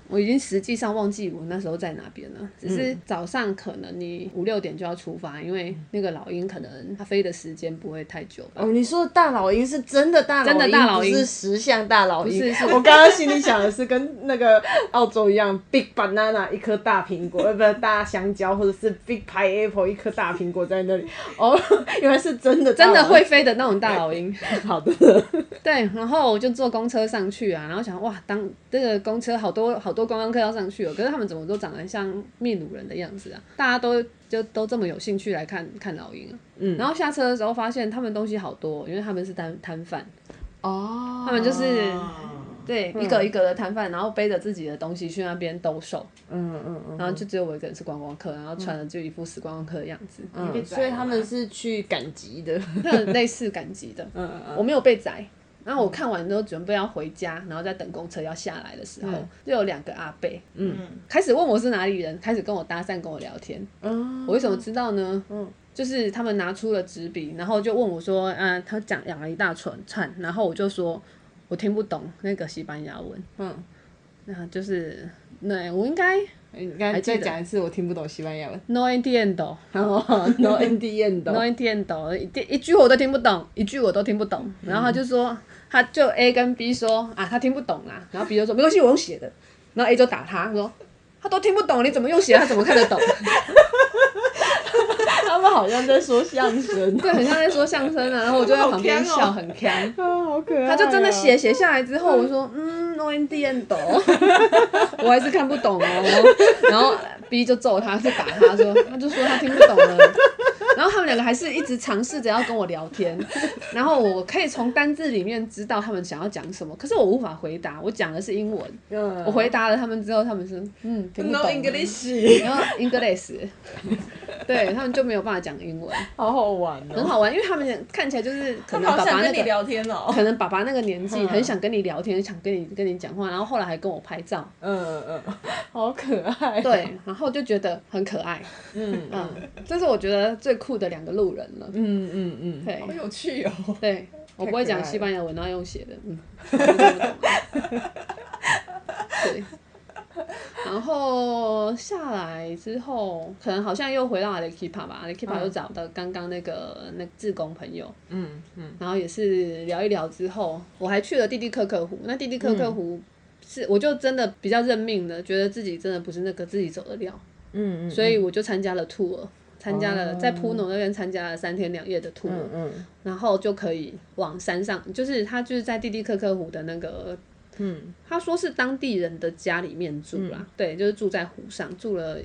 C: 我已经实际上忘记我那时候在哪边了，只是早上可能你五六点就要出发，因为那个老鹰可能它飞的时间不会太久吧。
A: 哦，你说的大老鹰是真的大老鹰，
C: 真的大老鹰
A: 不是石像大老鹰。
C: 不是是
A: 我刚刚心里想的是跟那个澳洲一样，big banana 一颗大苹果，呃，不是大香蕉，或者是 big pineapple 一颗大苹果在那里。哦，原来是真的，
C: 真的会。飞的那种大老鹰，
A: 好的，
C: 对，然后我就坐公车上去啊，然后想哇，当这个公车好多好多观光客要上去哦，可是他们怎么都长得像秘鲁人的样子啊？大家都就都这么有兴趣来看看老鹰啊，
A: 嗯
C: 然后下车的时候发现他们东西好多哦、因为他们是摊摊贩，
A: 哦，嗯
C: 他们就是
D: 啊
C: 对，一个一个的摊贩，然后背着自己的东西去那边兜售，
A: 嗯嗯嗯，
C: 然后就只有我一个人是观光客，然后穿的就一副死观光客的样子，
A: 嗯
D: 被宰
A: 所以
D: 了
A: 他
D: 吗
A: 们是去赶集的。
C: 那很类似赶集的。
A: 嗯
C: 我没有被宰。然后我看完之后准备要回家，然后在等公车要下来的时候，
A: 嗯
C: 就有两个阿伯
D: 嗯，
C: 开始问我是哪里人，开始跟我搭讪，跟我聊天。
A: 嗯
C: 我为什么知道呢？嗯，就是他们拿出了纸笔，然后就问我说，嗯、他讲讲了一大串串，然后我就说我听不懂那个西班牙文，
A: 嗯，
C: 那就是那我应该
A: 你刚才
C: 还记
A: 再
C: 得
A: 讲一次，我听不懂西班牙文。
C: no entiendo。
A: 哦，no end end
C: 然后一天懂，一一句我都听不懂，一句我都听不懂。
D: 嗯
C: 然后他就说，他就 A 跟 B 说啊，他听不懂啦。然后 B 就说没关系，我用写的。然后 A 就打他说，他都听不懂，你怎么用写的？他怎么看得 懂？，
A: 他们好像在说相声
C: 对，很 像在说相声啊。然后我就在旁
D: 好
C: 边
D: 呛
C: 笑，
D: 哦
C: 很强。
A: 啊，好可爱、
C: 他就真
D: 哎
C: 的写，写下来之后，我说嗯，no end end，我还是看不懂哦。然后 B 就揍他，就打他说，他就说他听不懂了。然后他们两个还是一直尝试着要跟我聊天，然后我可以从单字里面知道他们想要讲什么，可是我无法回答。我讲的是英文，
A: 嗯，
C: 我回答了他们之后，他们说嗯听不懂
D: No
C: 啊，
D: English，
C: 然后 English，对他们就没有办法讲英文，
A: 好好玩哦，
C: 很好玩，因为他们看起来就是
D: 他
C: 可能
D: 们好
C: 爸
D: 想
C: 爸
D: 跟
C: 那
D: 你
C: 个
D: 聊天哦。
C: 可能爸爸那个年纪
A: 嗯
C: 很想跟你聊天，想跟你跟你讲话，然后后来还跟我拍照，
A: 嗯嗯嗯，好可爱、，
C: 对，然后就觉得很可爱，
A: 嗯嗯
C: 嗯，这是我觉得最酷的两个路人了，
A: 嗯嗯嗯，
C: 对
D: 好有趣哦！
C: 对，我不会
A: 太可爱
C: 讲
A: 了
C: 西班牙 文，然后用写的，嗯，我就听不懂了对，然后下来之后，可能好像又回到阿雷 k i p a 吧，阿雷 k i p a 又找到刚刚那个那志工朋友，
A: 嗯嗯，
C: 然后也是聊一聊之后，我还去了弟弟可可湖。那弟弟可
A: 嗯
C: 可湖是、我就真的比较认命的，觉得自己真的不是那个自己走的料，
A: 嗯嗯，
C: 所以我就参加了 tour，参加了、
A: 哦
C: 在普努那边参加了三天两夜的 tour，、
A: 嗯嗯
C: 然后就可以往山上，就是他就是在弟弟可可湖的那个。
A: 嗯，
C: 他说是当地人的家里面住啦，对，就是住在湖上，住了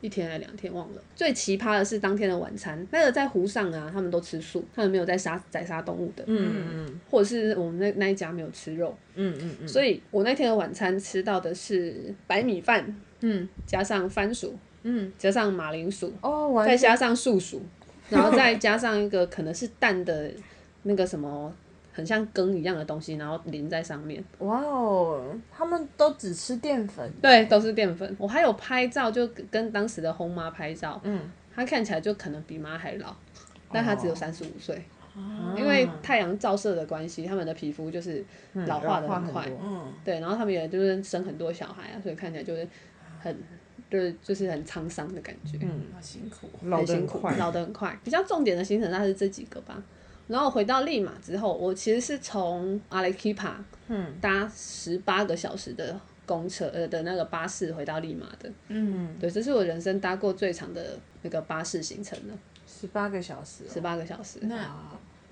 C: 一天还两天忘了。最奇葩的是当天的晚餐，那个在湖上啊，他们都吃素，他们没有在杀宰杀动物的，
A: 嗯
C: 或者是我们那那一家没有吃肉，
A: 嗯嗯嗯，
C: 所以我那天的晚餐吃到的是白米饭，
A: 嗯
C: 加上番薯，
A: 嗯，
C: 加上马铃薯，
A: 哦，完
C: 再加上素薯，然后再加上一个可能是蛋的那个什么，很像羹一样的东西，然后淋在上面。
A: 哇哦，他们都只吃淀粉，
C: 对，都是淀粉。我还有拍照，就跟当时的红妈拍照，
A: 嗯，
C: 她看起来就可能比妈还老，但她只
A: 哦
C: 有三十五岁，
A: 啊
C: 因为太阳照射的关系，他们的皮肤就是老化的
A: 嗯老化
C: 快。
A: 多嗯
C: 对，然后他们也就是生很多小孩啊，所以看起来就是很，就是就是很沧桑的感觉，
A: 嗯，
B: 好辛苦。
A: 老
C: 很
A: 的
C: 辛苦，
A: 快，
C: 老得很快。比较重点的行程大概是这几个吧。然后回到利马之后，我其实是从阿雷基帕
A: 嗯
C: 搭十八个小时的公车呃的那个巴士回到利马的，
B: 嗯，
C: 对，这是我人生搭过最长的那个巴士行程了，
A: 十八个小时哦，
C: 十八个小
D: 啊
C: 时。
B: 那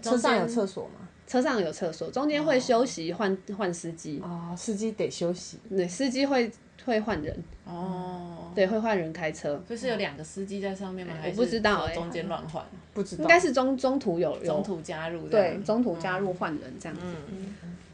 A: 车上有
B: 中间
A: 厕所吗？
C: 车上有厕所，中间
A: 哦
C: 会休息换换司机，
A: 啊，司机得休息，
C: 对，司机会会换人，
B: 哦，
C: 对，会换人开车。
B: 就是有两个司机在上面吗？
C: 哎
B: 还是
C: 我不知道哎
B: 中间乱换，
A: 不知道，
C: 应该是中中途有有
B: 中途加入这
C: 对
B: 样嗯
C: 中途加入换人这样子。
A: 嗯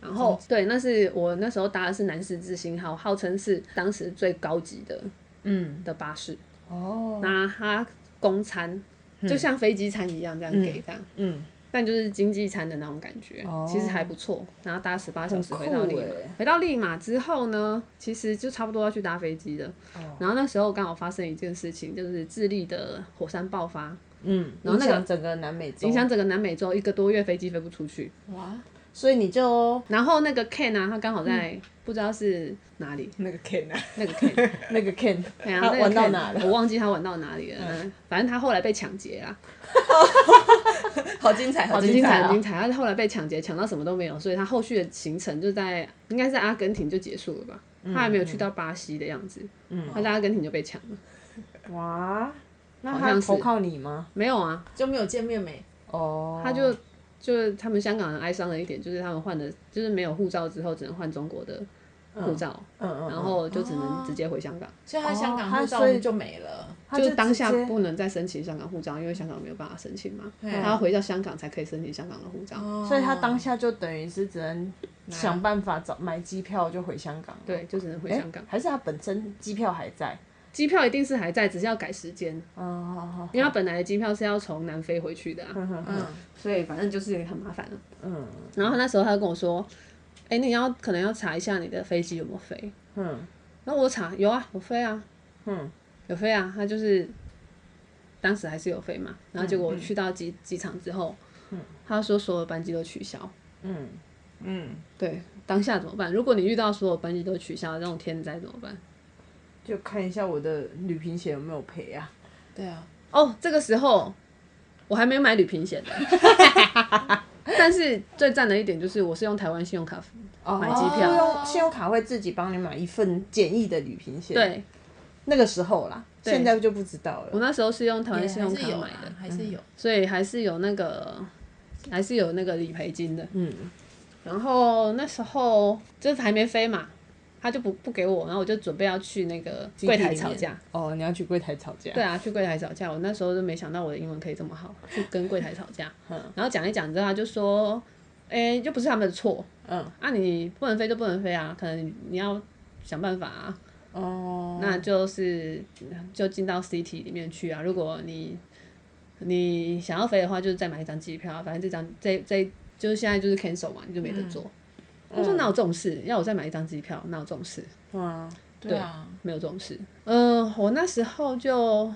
C: 然后哦对，那是我那时候搭的是南狮之星号，号称是当时最高级的
A: 嗯
C: 的巴士。
A: 哦，
C: 那它公餐就像飞机餐一样这样给这样，
A: 嗯
C: 但就是经济餐的那种感觉，
A: 哦
C: 其实还不错。然后搭十八小时
A: 很酷
C: 回到利马
A: 欸，
C: 回到利马之后呢，其实就差不多要去搭飞机了。
A: 哦
C: 然后那时候刚好发生一件事情，就是智利的火山爆发，
A: 嗯，
C: 然后那个
A: 影响整个南美洲
C: 影，响整个南美洲一个多月飞机飞不出去。
B: 哇，
A: 所以你就
C: 然后那个 Ken 啊，他刚好在
A: 嗯
C: 不知道是哪里，
B: 那个 Ken 啊，
C: 那个 Ken，
A: 那个 Ken，
C: 哎呀
A: 他
C: 那个
A: 玩到
C: Ken，
A: 哪了？嗯
C: 我忘记他玩到哪里了。嗯反正他后来被抢劫啊，
B: 好精彩，好
C: 很精彩，
B: 哦
C: 很精彩。
A: 啊
C: 他后来被抢劫，抢到什么都没有，所以他后续的行程就在应该是阿根廷就结束了吧。
A: 嗯
C: 他还没有去到巴西的样子，他在阿根廷就被抢了。
A: 哇，那
C: 好
A: 他
C: 像是
A: 投靠你吗？
C: 没有啊，
B: 就没有见面没？
A: 哦，
C: 他就就是他们香港人哀伤的一点，就是他们换的，就是没有护照之后只能换中国的护照，
A: 嗯嗯，
C: 然后就只能直接回香港，
B: 所以他香港
A: 哦
B: 护
A: 他所
B: 照
A: 以
B: 就没了，
A: 他
C: 就当下
A: 直接
C: 不能再申请香港护照，因为香港没有办法申请嘛，
B: 对
C: 他要回到香港才可以申请香港的护照。
A: 所以他当下就等于是只能想办法找买机票就回香港。
C: 对，就只能回
A: 诶，
C: 香港，
A: 还是他本身机票还在？
C: 机票一定是还在，只是要改时间，
A: 嗯，好好好
C: 因为他本来的机票是要从南非回去的、啊，
B: 嗯
C: 所以反正就是很麻烦了。
A: 嗯
C: 然后那时候他就跟我说：“哎、你要可能要查一下你的飞机有没有飞。
A: 嗯”
C: 然后我查有啊，有飞啊，
A: 嗯
C: 有飞啊，他就是当时还是有飞嘛。然后结果我去到机机场之后，他说所有班机都取消。
A: 嗯，
B: 嗯，
C: 对，当下怎么办？如果你遇到所有班机都取消这种天灾怎么办？
A: 就看一下我的旅行险有没有赔啊。
B: 对啊，
C: 哦，这个时候我还没有买旅平险呢。 但是最赞的一点就是，我是用台湾信用卡
A: 哦
C: 买机票
A: 用信用卡会自己帮你买一份简易的旅行险。，
C: 对
A: 那个时候啦，
C: 对
A: 现在就不知道
C: 我
A: 了。
C: 那时候是用台湾
B: 也
C: 信
B: 还
C: 用
B: 是
C: 卡
B: 有
C: 买的
B: 啊，，还是有，
C: 所以还是有那个还是有那个理赔金的。
A: 嗯
C: 然后那时候就是还没飞嘛，他就不不给我，然后我就准备要去那个柜台吵架。
A: 哦，你要去柜台吵架。
C: 对啊，去柜台吵架，我那时候就没想到我的英文可以这么好，去跟柜台吵 架。
A: 嗯
C: 然后讲一讲之后，他就说：“哎、又不是他们的错，
A: 嗯
C: 啊，你不能飞就不能飞啊，可能你要想办法啊。”
A: 哦，
C: 那就是就进到 CT 里面去啊。如果你你想要飞的话，就是再买一张机票啊，反正这张这这就是现在就是 cancel 嘛，你就没
A: 嗯
C: 得做。他说哪有这种事？要我再买一张机票，哪有这种事？
A: 哇，
C: 嗯
B: 对啊，
C: 没有这种事。嗯、我那时候就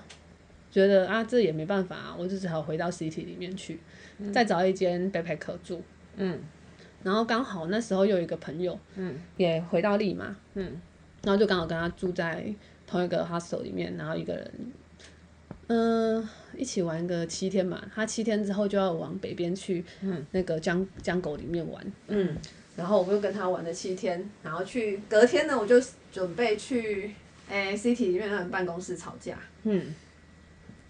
C: 觉得啊，这也没办法、啊，我就只好回到 CT 里面去，再找一间 backpack 住。
A: 嗯
C: 然后刚好那时候又有一个朋友，
A: 嗯
C: 也回到利马，
A: 嗯
C: 然后就刚好跟他住在同一个 hostel 里面，然后一个人，嗯、一起玩个七天嘛。他七天之后就要往北边去，那个江江狗里面玩。
A: 嗯，
C: 嗯然后我就跟他玩了七天，然后去隔天呢，我就准备去诶、City 里面的办公室吵架。
A: 嗯，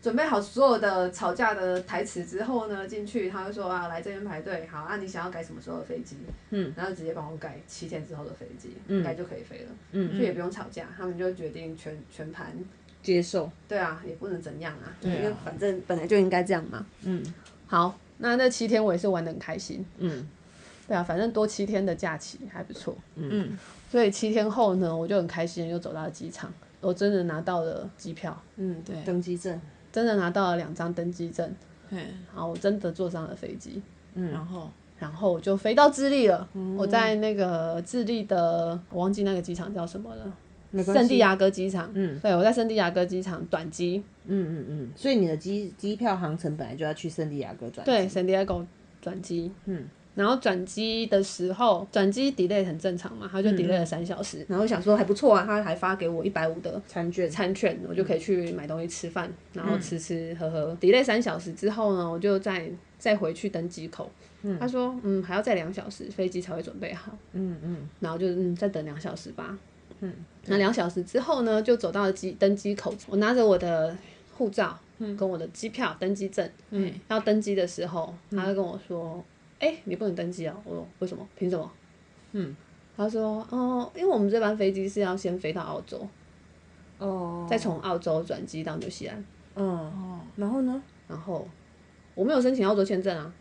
C: 准备好所有的吵架的台词之后呢，进去他就说啊，来这边排队，好啊，你想要改什么时候的飞机？
A: 嗯，
C: 然后直接帮我改七天之后的飞机，
A: 嗯
C: 改就可以飞了，
A: 嗯，
C: 就也不用吵架，他们就决定全全盘，
A: 接受，
C: 对啊，也不能怎样啊，
B: 对啊
C: 因为反正本来就应该这样嘛。
A: 嗯
C: 好，那那七天我也是玩的很开心，
A: 嗯
C: 对啊，反正多七天的假期还不错，
B: 嗯，
C: 所以七天后呢，我就很开心，又走到了机场，我真的拿到了机票，
A: 嗯，
B: 对
A: 登机证，
C: 真的拿到了两张登机证，
B: 对，
C: 然后我真的坐上了飞机。
B: 然后
C: 然后我就飞到智利了。我在那个智利的，我忘记那个机场叫什么了，
A: 没关系
C: 圣地，亚哥机场。
A: 嗯
C: 对，我在圣地亚哥机场短机，
A: 嗯嗯嗯，所以你的机机票航程本来就要去圣地亚哥转，
C: 对，，圣地亚哥转机。
A: 嗯，
C: 然后转机的时候，转机 delay 很正常嘛，他就 delay 了三小时。嗯然后我想说还不错啊，他还发给我一百五的
A: 餐券，
C: 餐券，我就可以去买东西吃饭，然后吃吃喝喝。delay 三小时之后呢，我就再再回去登机口。他说，嗯，还要再两小时，飞机才会准备好。
A: 嗯嗯
C: 然后就嗯再等两小时吧。嗯，那两小时之后呢，就走到了机登机口，我拿着我的护照，跟我的机票、登机证，嗯，要登机的时候，他就跟我说：“哎、你不能登机啊！”我说：“为什么？凭什么？”
A: 嗯，
C: 他说：“哦，因为我们这班飞机是要先飞到澳洲，
A: 哦，
C: 再从澳洲转机到纽西兰，
A: 嗯，然后呢？
C: 然后我没有申请澳洲签证啊，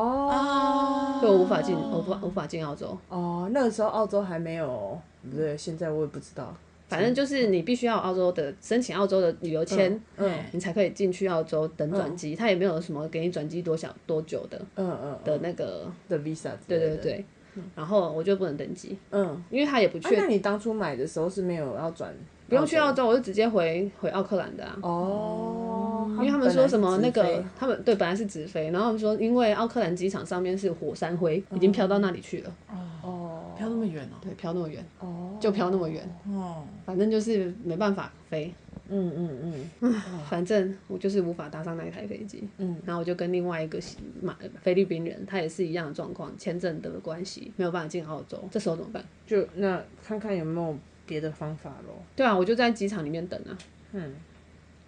A: 哦，
C: 所以我无法进，我无法无法进澳洲。
A: 哦，那个时候澳洲还没有，不对，现在我也不知道，
C: 反正就是你必须要有澳洲的申请澳洲的旅游签，
B: 哦
A: 嗯
C: 你才可以进去澳洲等转机，他也没有什么给你转机多小多久的
A: 嗯嗯
C: 的那个，
A: 的 visa，
C: 对对，对。然后我就不能登机，
A: 嗯，
C: 因为他也不
A: 啊
C: 确、
A: 那你当初买的时候是没有要转，
C: 不用去澳洲，我就直接回回奥克兰的啊。
A: 哦，
C: 因为他们说什么那
A: 本来
C: 个
A: 是直飞，
C: 他们对本来是直飞，然后他们说因为奥克兰机场上面是火山灰，已
A: 嗯
C: 经飘到那里去了，嗯
A: 哦
B: 飘那么远哦，
C: 对，飘那么远，
A: 哦，
C: 就飘那么远，
B: 哦，
C: 反正就是没办法飞，
A: 嗯嗯嗯
C: 反正我就是无法搭上那一台飞机。
A: 嗯，
C: 然后我就跟另外一个西马菲律宾人，他也是一样的状况，签证的关系没有办法进澳洲，这时候怎么办？
A: 就那看看有没有别的方法咯。
C: 对啊，我就在机场里面等啊。
A: 嗯。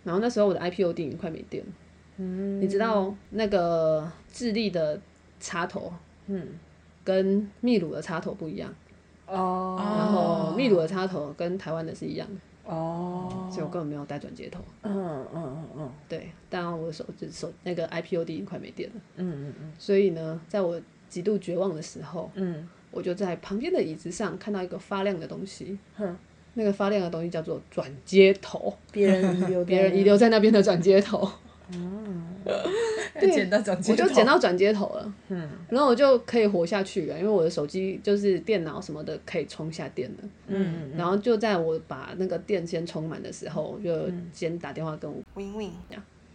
C: 然后那时候我的 IPO 电影快没电了。嗯。你知道那个智利的插头，
A: 嗯，
C: 跟秘鲁的插头不一样，
A: 哦
C: 然后秘鲁的插头跟台湾的是一样的，
A: 哦，
C: 所以我根本没有带转接头。
A: 嗯嗯嗯嗯
C: 对，但我的手指手那个 IPO 电影快没电了，
A: 嗯嗯
C: 所以呢，在我极度绝望的时候，
A: 嗯
C: 我就在旁边的椅子上看到一个发亮的东西，
A: 哼
C: 那个发亮的东西叫做转接头，
A: 别人遗留的
C: 别人遗留在那边的转接头，对
B: 捡到转接
C: 我
B: 头，
C: 就捡到转接头了，
A: 嗯，
C: 然后我就可以活下去啊了，因为我的手机就是电脑什么的可以充下电的，
A: 嗯
C: 然后就在我把那个电先充满的时候，我就先打电话跟我，
B: win win，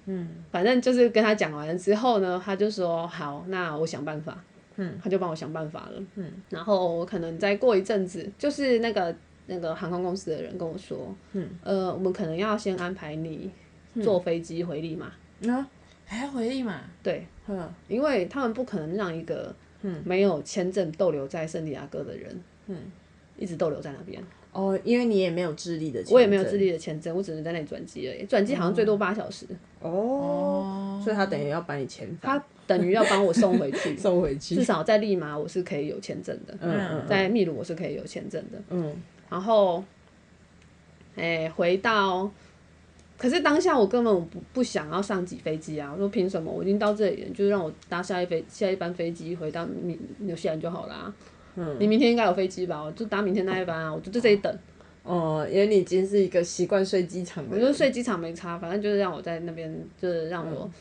A: 嗯
C: 反正就是跟他讲完之后呢，他就说好，那我想办法，
A: 嗯，
C: 他就帮我想办法了，
A: 嗯，
C: 然后我可能再过一阵子，就是那个那个航空公司的人跟我说，
A: 嗯，
C: 呃，我们可能要先安排你坐飞机回利马，
A: 那
B: 还要回忆嘛，
C: 对，
A: 嗯
C: 因为他们不可能让一个没有签证逗留在圣地亚哥的人，
A: 嗯，
C: 一直逗留在那边，
A: 哦，因为你也没有智力的，
C: 我也没有智利的签证，我只能在那里转机而已，转机好像最多八小时，
A: 哦，所以他等于要把你遣返，
C: 他等于要帮我送回去
A: 送回
C: 至
A: 去，
C: 少在利马我是可以有签证的，
A: 嗯
C: 在秘鲁我是可以有签证的，
A: 嗯
C: 然后，哎、回到，可是当下我根本我不不想要上几飞机啊！我说凭什么？我已经到这里了，你就让我搭下一飞下一班飞机回到纽纽西兰就好啦。
A: 嗯
C: 你明天应该有飞机吧？我就搭明天那一班啊，我就在这里等，
A: 哦，因为你已经是一个习惯睡机场的
C: 我
A: 人，
C: 就睡机场没差，反正就是让我在那边，就是让我、
A: 嗯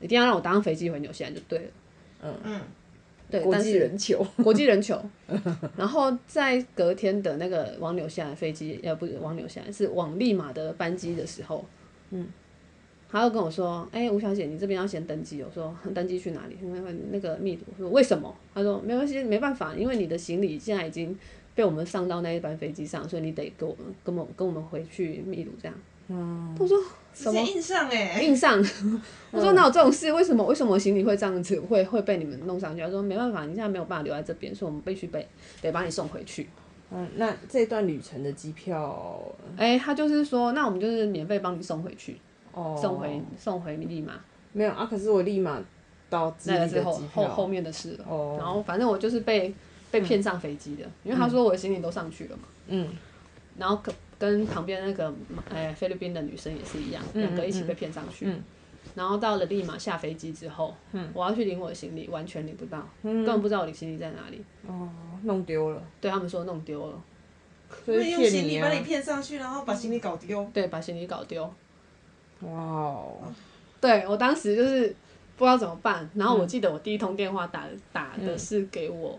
C: 一定要让我搭上飞机回纽西兰就对了。
B: 嗯，
C: 对，
A: 国
C: 但
A: 际
C: 是
A: 人球，
C: 国际人球，然后在隔天的那个往纽西兰飞机，呃，不是往纽西兰，是往利马的班机的时候，
A: 嗯，
C: 他就跟我说，哎、吴小姐，你这边要先登机哦。我说登机去哪里？那个那个密度，我说为什么？他说没关系，没办法，因为你的行李现在已经。被我们上到那一班飞机上，所以你得跟我们跟我们跟我们回去秘鲁这样。
A: 嗯，
C: 我说
B: 直接印上
D: 欸
B: 哎、
C: 硬上，我说哪有这种事？为什么为什么我行李会这样子会会被你们弄上去？他说没办法，你现在没有办法留在这边，所以我们必须被得把你送回去。
A: 嗯，那这段旅程的机票
C: 哎、他就是说，那我们就是免费帮你送回去，
A: 哦，
C: 送回送回利马，
A: 没有啊？可是我立马到智利
C: 那
A: 的
C: 个是
A: 机
C: 后后后
A: 票，
C: 面的事了。
A: 哦
C: 然后反正我就是被被骗上飞机的，因为他说我的行李都上去了嘛。
A: 嗯，
C: 然后跟跟旁边那个哎、菲律宾的女生也是一样，
A: 嗯
C: 两、个一起被骗上去。
A: 嗯
C: 然后到了利马下飞机之后，我要去领我的行李，完全领不到，
A: 嗯
C: 根本不知道我的行李在哪里。
A: 哦，弄丢了，
C: 对他们说弄丢了，
A: 所以
D: 用行
A: 骗
D: 李
A: 啊
D: 把你骗上去，然后把行李搞丢。
C: 对，把行李搞丢。
A: 哇哦，
C: 对我当时就是不知道怎么办，然后我记得我第一通电话打打
A: 嗯
C: 的是给我，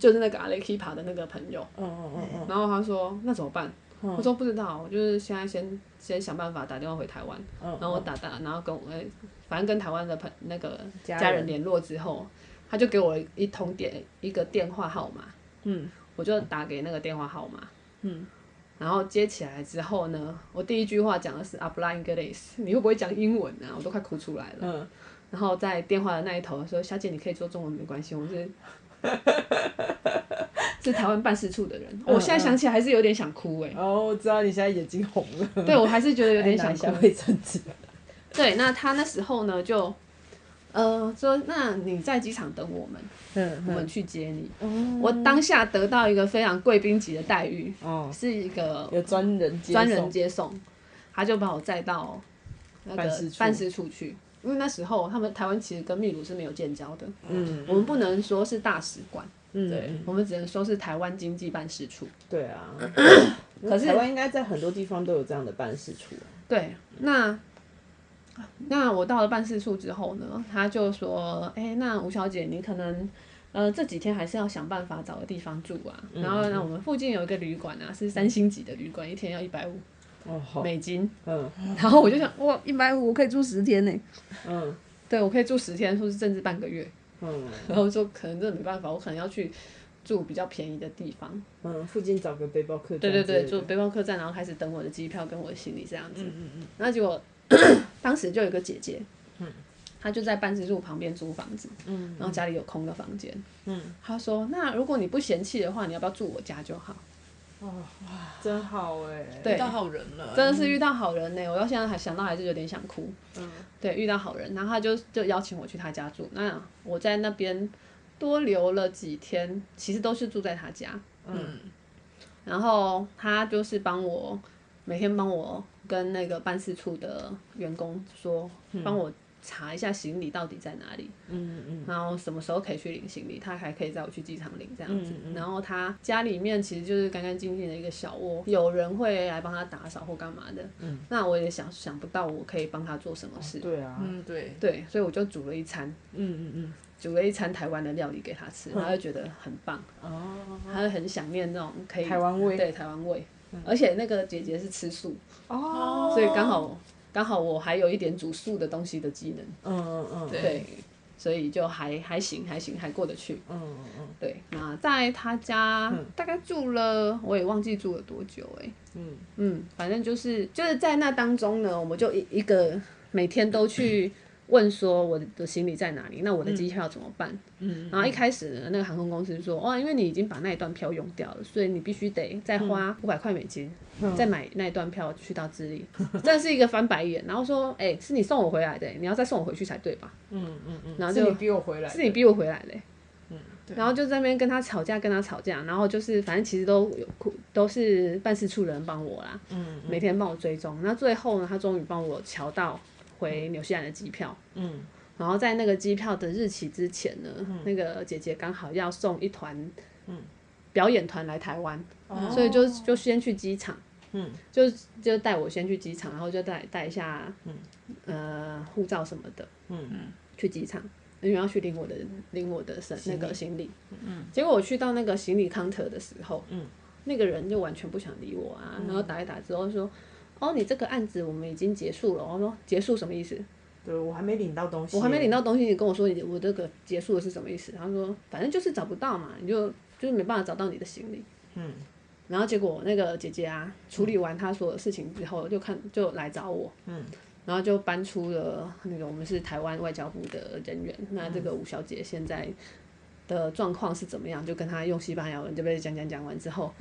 C: 就是那个阿雷 k i p a 的那个朋友，
A: 嗯嗯嗯嗯，
C: 然后他说那怎么办？
A: 嗯
C: 我说不知道，我就是现在先先想办法打电话回台湾，
A: 嗯
C: 然后我打打，然后跟我哎反正跟台湾的朋那个
A: 家
C: 家人
A: 人
C: 联络之后，他就给我一通电一个电话号码，
A: 嗯，
C: 我就打给那个电话号码，然后接起来之后呢，我第一句话讲的是 “Habla inglés”，你会不会讲英文啊？我都快哭出来了。
A: 嗯
C: 然后在电话的那一头说：“小姐，你可以说中文没关系，我 是是台湾办事处的人。
A: 嗯
C: 我现在想起来还是有点想哭哎、
A: 哦，我知道你现在眼睛红了，
C: 对我还是觉 得有点
A: 拿
C: 想
A: 一下
C: 哭。
A: 卫生纸，
C: 对，那他那时候呢就。呃，说那你在机场等我们，
A: 嗯
C: 我们去接你。
A: 嗯，
C: 我当下得到一个非常贵宾级的待遇，
A: 哦，
C: 是一个
A: 有专人接
C: 专人
A: 送
C: 接送，他就把我载到那
A: 办
C: 个
A: 事处
C: 办事处去。因为那时候他们台湾其实跟秘鲁是没有建交的，
A: 嗯
C: 我们不能说是大使馆，
A: 嗯，
C: 对
A: 嗯，
C: 我们只能说是台湾经济办事处。
A: 对啊，
C: 可是
A: 台湾应该在很多地方都有这样的办事处，啊
C: 对，那那我到了办事处之后呢，他就说：“哎、那吴小姐，你可能呃这几天还是要想办法找个地方住啊。然后呢，我们附近有一个旅馆啊，是三星级的旅馆，一天要一百五
A: 哦，好，
C: 美金。
A: 嗯
C: 然后我就想，哇，一百五我可以住十天呢、
A: 嗯
C: 对，我可以住十天，或是甚至半个月。
A: 嗯
C: 然后就可能真的没办法，我可能要去住比较便宜的地方。
A: 嗯，附近找个背包客，
C: 对对对，住，背包客栈，然后开始等我的机票跟我的行李这样子。
A: 嗯嗯
C: 那结果 当时就有一个姐姐，她就在办事处旁边租房子，
A: 嗯
C: 然后家里有空的房间。
A: 嗯，
C: 她说：“那如果你不嫌弃的话，你要不要住我家就好
A: 嗯真好哎，？”
C: 对，
D: 到好人了，
C: 真的是遇到好人呢、我到现在还想到还是有点想哭。
A: 嗯，
C: 对，遇到好人，然后他就就邀请我去他家住。那我在那边多留了几天，其实都是住在他家。
A: 嗯
C: 然后他就是帮我每天帮我跟那个办事处的员工说，帮我查一下行李到底在哪里，
A: 嗯嗯
C: 然后什么时候可以去领行李，他还可以载我去机场领这样子
A: 嗯。嗯
C: 然后他家里面其实就是干干净净的一个小窝，有人会来帮他打扫或干嘛的。
A: 嗯
C: 那我也想想不到我可以帮他做什么事，
A: 嗯，对啊，嗯
D: 嗯对，
C: 对，所以我就煮了一餐。
A: 嗯嗯
C: 煮了一餐台湾的料理给他吃，他就觉得很棒，
A: 嗯，哦，
C: 他就很想念那种可以
A: 台湾味嗯
C: 对台湾味。而且那个姐姐是吃素，
A: 哦，
C: 所以刚好刚好我还有一点煮素的东西的技能，
A: 嗯嗯嗯，
D: 对
C: 对，所以就还还行还行还过得去。
A: 嗯嗯
C: 对，那在他家
A: 嗯
C: 大概住了，我也忘记住了多久哎、
A: 嗯
C: 嗯，反正就是就是在那当中呢，我们就一一个每天都去问说我的行李在哪里，那我的机票怎么办？
A: 嗯，
C: 然后一开始呢，那个航空公司说，哦，因为你已经把那一段票用掉了，所以你必须得再花五百块美金、再买那一段票去到智利， 这是一个翻白眼。然后说，哎、是你送我回来的、你要再送我回去才对吧？
A: 嗯嗯嗯，
C: 然后
A: 是
C: 就
A: 你逼我回来，
C: 是你，逼我回来的、欸
D: 对
C: 然后就在那边跟他吵架，跟他吵架，然后就是反正其实都有哭，都是办事处的人帮我啦，
A: 嗯
C: 每天帮我追踪。那最后呢，他终于帮我瞧到回纽西兰的机票，
A: 嗯
C: 然后在那个机票的日期之前呢，那个姐姐刚好要送一团，
A: 嗯
C: 表演团来台湾，
B: 哦
C: 嗯所以就就先去机场，
A: 嗯
C: 就就带我先去机场，然后就带带一下，呃，护照什么的，
A: 嗯
C: 去机场，因为要去领我的领我的身那个行李。嗯，结果我去到那个行李 counter 的时候，
A: 嗯，
C: 那个人就完全不想理我啊，然后打一打之后说。哦，你这个案子我们已经结束了。我说结束什么意思？
A: 对我还没领到东西，
C: 我还没领到东西，你跟我说你我这个结束的是什么意思？他说反正就是找不到嘛，你就就是没办法找到你的行李。嗯，然后结果那个姐姐啊，处理完她所有事情之后，就看就来找我，嗯，然后就搬出了那个我们是台湾外交部的人员，那这个吴小姐现在的状况是怎么样？就跟她用西班牙文这边讲讲讲完之后，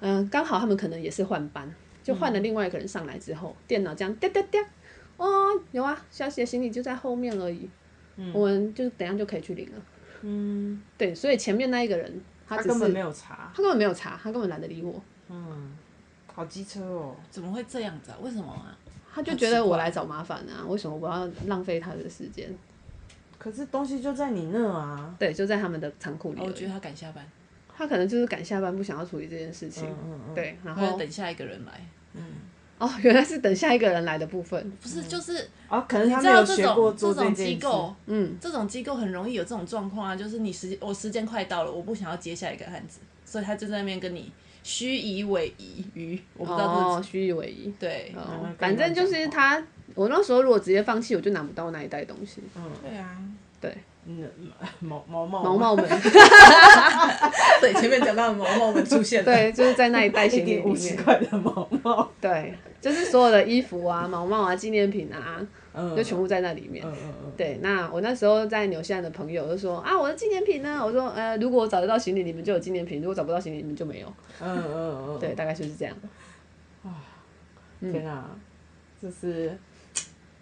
C: 嗯，刚好他们可能也是换班，就换了另外一个人上来之后，电脑这样哒哒哒，哦，有啊，小姐行李就在后面而已，
B: 嗯
C: 我们就是等一下就可以去领了，嗯，对，所以前面那一个人他
A: 他
C: 只是
A: 根本没有查，
C: 他根本没有查，他根本懒得理我，
A: 好机车哦，
B: 怎么会这样子啊？为什么啊？
C: 他就觉得我来找麻烦啊，为什么我要浪费他的时间？
A: 可是东西就在你那啊，
C: 对，就在他们的仓库里而
B: 哦
C: 已、
B: 我觉得他赶下班，
C: 他可能就是赶下班，不想要处理这件事情。
B: 嗯
C: 对，然
B: 他要
C: 后
B: 等下一个人来。
C: 哦，原来是等下一个人来的部分。
B: 不是，就是
A: 啊，可能
B: 你
A: 他
B: 知
A: 没
B: 道
A: 有
B: 这
A: 学过
B: 种
A: 做
B: 这种
A: 件
B: 机
A: 事。
B: 构，
C: 嗯，
B: 这种机构很容易有这种状况啊，就是你时我时间快到了，我不想要接下一个案子，所以他就在那边跟你虚以委蛇于，我不知道
C: 哦，
B: 这是
C: 虚以为意。
B: 对
A: 慢
C: 哦
A: 慢，
C: 反正就是他，我那时候如果直接放弃，我就拿不到那一袋东西。
B: 对啊，
C: 对，
A: 嗯，毛毛毛
C: 毛毛们，
B: 对前面讲到的毛毛们出现了，
C: 对，就是在那一袋
A: 一
C: 行李
A: 顶
C: 里
A: 五十
C: 面，
A: 块的毛毛，
C: 对，就是所有的衣服啊、毛毛啊、纪念品啊，
A: 嗯，
C: 就全部在那里面。
A: 嗯嗯嗯，
C: 对，那我那时候在纽西兰的朋友就说啊，我的纪念品呢？我说呃，如果我找得到行李，你们就有纪念品；如果找不到行李，你们就没有。
A: 嗯嗯嗯，
C: 对，大概就是这样，
A: 嗯，天哪，就是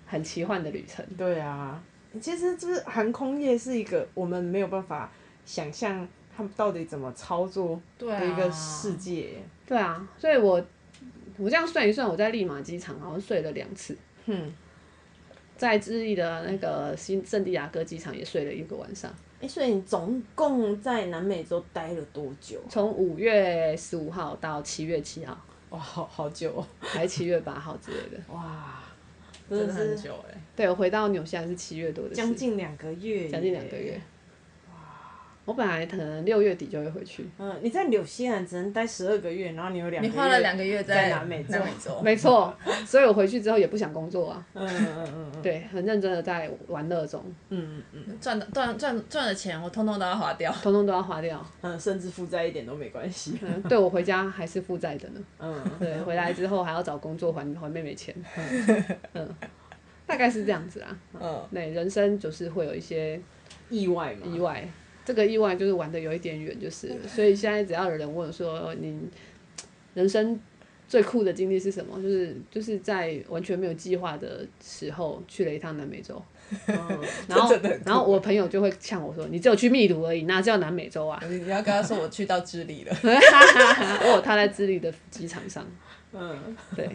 C: 很奇幻的旅程。
A: 对啊，其实就是航空业是一个我们没有办法想象他们到底怎么操作
B: 对啊
A: 的一个世界。
C: 对啊，所以我我这样算一算，我在利马机场好像睡了两次，
A: 哼，
C: 在智利的那个新圣地亚哥机场也睡了一个晚上，
A: 哎、所以你总共在南美洲待了多久？
C: 从五月十五号到七月七号，
A: 哇，好好久、哦，
C: 还是七月八号之类的。
A: 哇，
B: 真
A: 的
B: 的
A: 是
B: 很久哎、
C: 对，我回到纽西兰是七月多的事，
A: 将近两个月，
C: 将近两个月。。我本来可能六月底就会回去，
A: 嗯，你在纽西兰只能待十二个月，然后你有两个
B: 你
A: 月
B: 花了两个月
A: 在
B: 南
A: 南美洲
B: 南美洲，
C: 没错，所以我回去之后也不想工作啊，
A: 嗯嗯嗯嗯
C: 对，很认真的在玩乐中，
A: 嗯嗯嗯
B: 赚的赚赚赚的钱我通通都要花掉。
C: 通通都要花掉。
A: 嗯，甚至负债一点都没关系。
C: 嗯，对我回家还是负债的呢。
A: 嗯，
C: 对，回来之后还要找工作还还妹妹钱。嗯，大概是这样子啊。
B: 嗯，
C: 对，人生就是会有一些
A: 意外嘛，
C: 意外，这个意外就是玩的有一点远，就是了所以现在只要有人问说你人生最酷的经历是什么，就是就是在完全没有计划的时候去了一趟南美洲。
A: 嗯
C: 然后
B: 这真的很，酷
C: 然后我朋友就会呛我说：“你只有去秘鲁而已，哪叫南美洲 啊，
B: 你要跟他说我去到智利了？”
C: 我有他在智利的机场上，
A: 嗯
C: 对，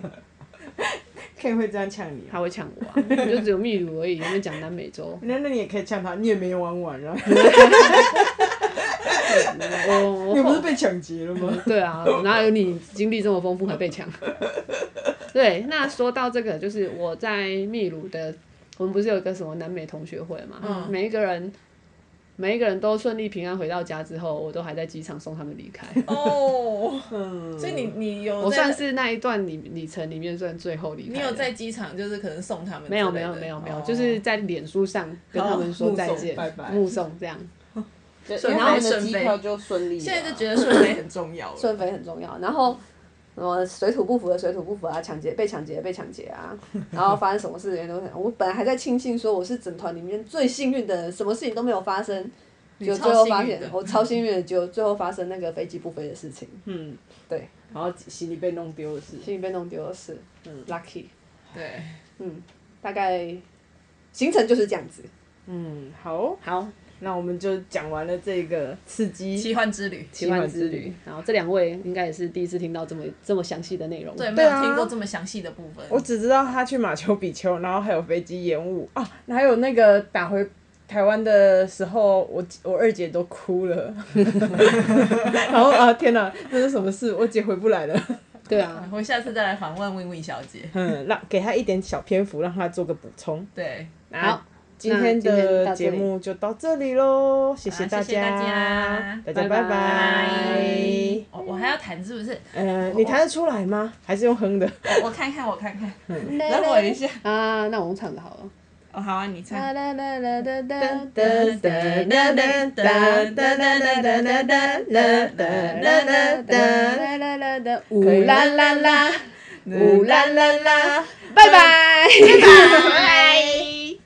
A: ，K 会这样呛你、哦。
C: 他会呛我啊，你就只有秘鲁而已，你们讲南美洲，
A: 那那你也可以呛他，你也没玩完啊，
C: 对我我
A: 你不
C: 后
A: 是被抢劫了吗？
C: 对啊，哪有你经历这么丰富还被抢？对，那说到这个，就是我在秘鲁的，我们不是有一个什么南美同学会嘛，每一个人。每一个人都顺利平安回到家之后，我都还在机场送他们离开。
B: 哦，
A: 嗯，
B: 所以你你有
C: 我
B: 在
C: 算是那一段里里程里面算最后离开
B: 你
C: 的。
B: 有在机场就是可能送他们之
C: 没
B: 类的？
C: 有没有没有没有，
B: 哦
C: 就是在脸书上跟他们说再见，
A: 好目送拜拜
C: 目送这样。
A: 对
B: 顺
A: 因为
B: 飞
A: 他们的
B: 顺
A: 机
B: 飞
A: 票就顺利了啊。
B: 现在就觉得顺飞很重要了。
C: 顺飞很重要，然后什么水土不服的水土不服啊，抢劫被抢劫被抢劫啊，然后发生什么事情都很，我本来还在庆幸说我是整团里面最幸运的人，什么事情都没有发生，
B: 你
C: 就
B: 超
C: 最后发
B: 幸运
C: 现
B: 的
C: 我超幸运的，就最后发生那个飞机不飞的事情，
A: 嗯，
C: 对，
A: 然后行李被弄丢的事，
C: 行李被弄丢的事、
A: 嗯
C: l u c k y
B: 对，
C: 嗯，大概行程就是这样子。
A: 嗯，好，
C: 好，
A: 那我们就讲完了这个刺激。
B: 奇幻之旅，
C: 奇幻之旅。然后这两位应该也是第一次听到这么这么详细的内容，
B: 对，没
A: 对
B: 有
A: 啊
B: 听过这么详细的部分。
A: 我只知道他去马丘比丘，然后还有飞机延误啊，还有那个打回台湾的时候，我我二姐都哭了， 然后啊天哪，这是什么事？我姐回不来了，
C: 对啊，
B: 我下次再来访问 Win Win 小姐。
A: 嗯，让给她一点小篇幅，让她做个补充。
B: 对，
C: 好，
A: 今天的节目就到这里喽，谢谢
B: 好
A: 大
B: 谢谢大
A: 家
B: 家，
A: 大家
C: 拜
A: 拜拜
C: 拜。
B: 我我还要弹是不是？
A: 呃，你弹得出来吗？还是用哼的？
B: 嗯我我看看，我看看，等我一下。
C: 啊，那我们唱的好了。
A: 哦，好啊，你唱。
C: 哒哒哒哒哒哒
A: 哒哒哒哒哒哒哒哒哒哒哒哒哒
C: 哒哒哒哒，呜啦啦啦，呜啦啦啦，拜拜。
A: 拜。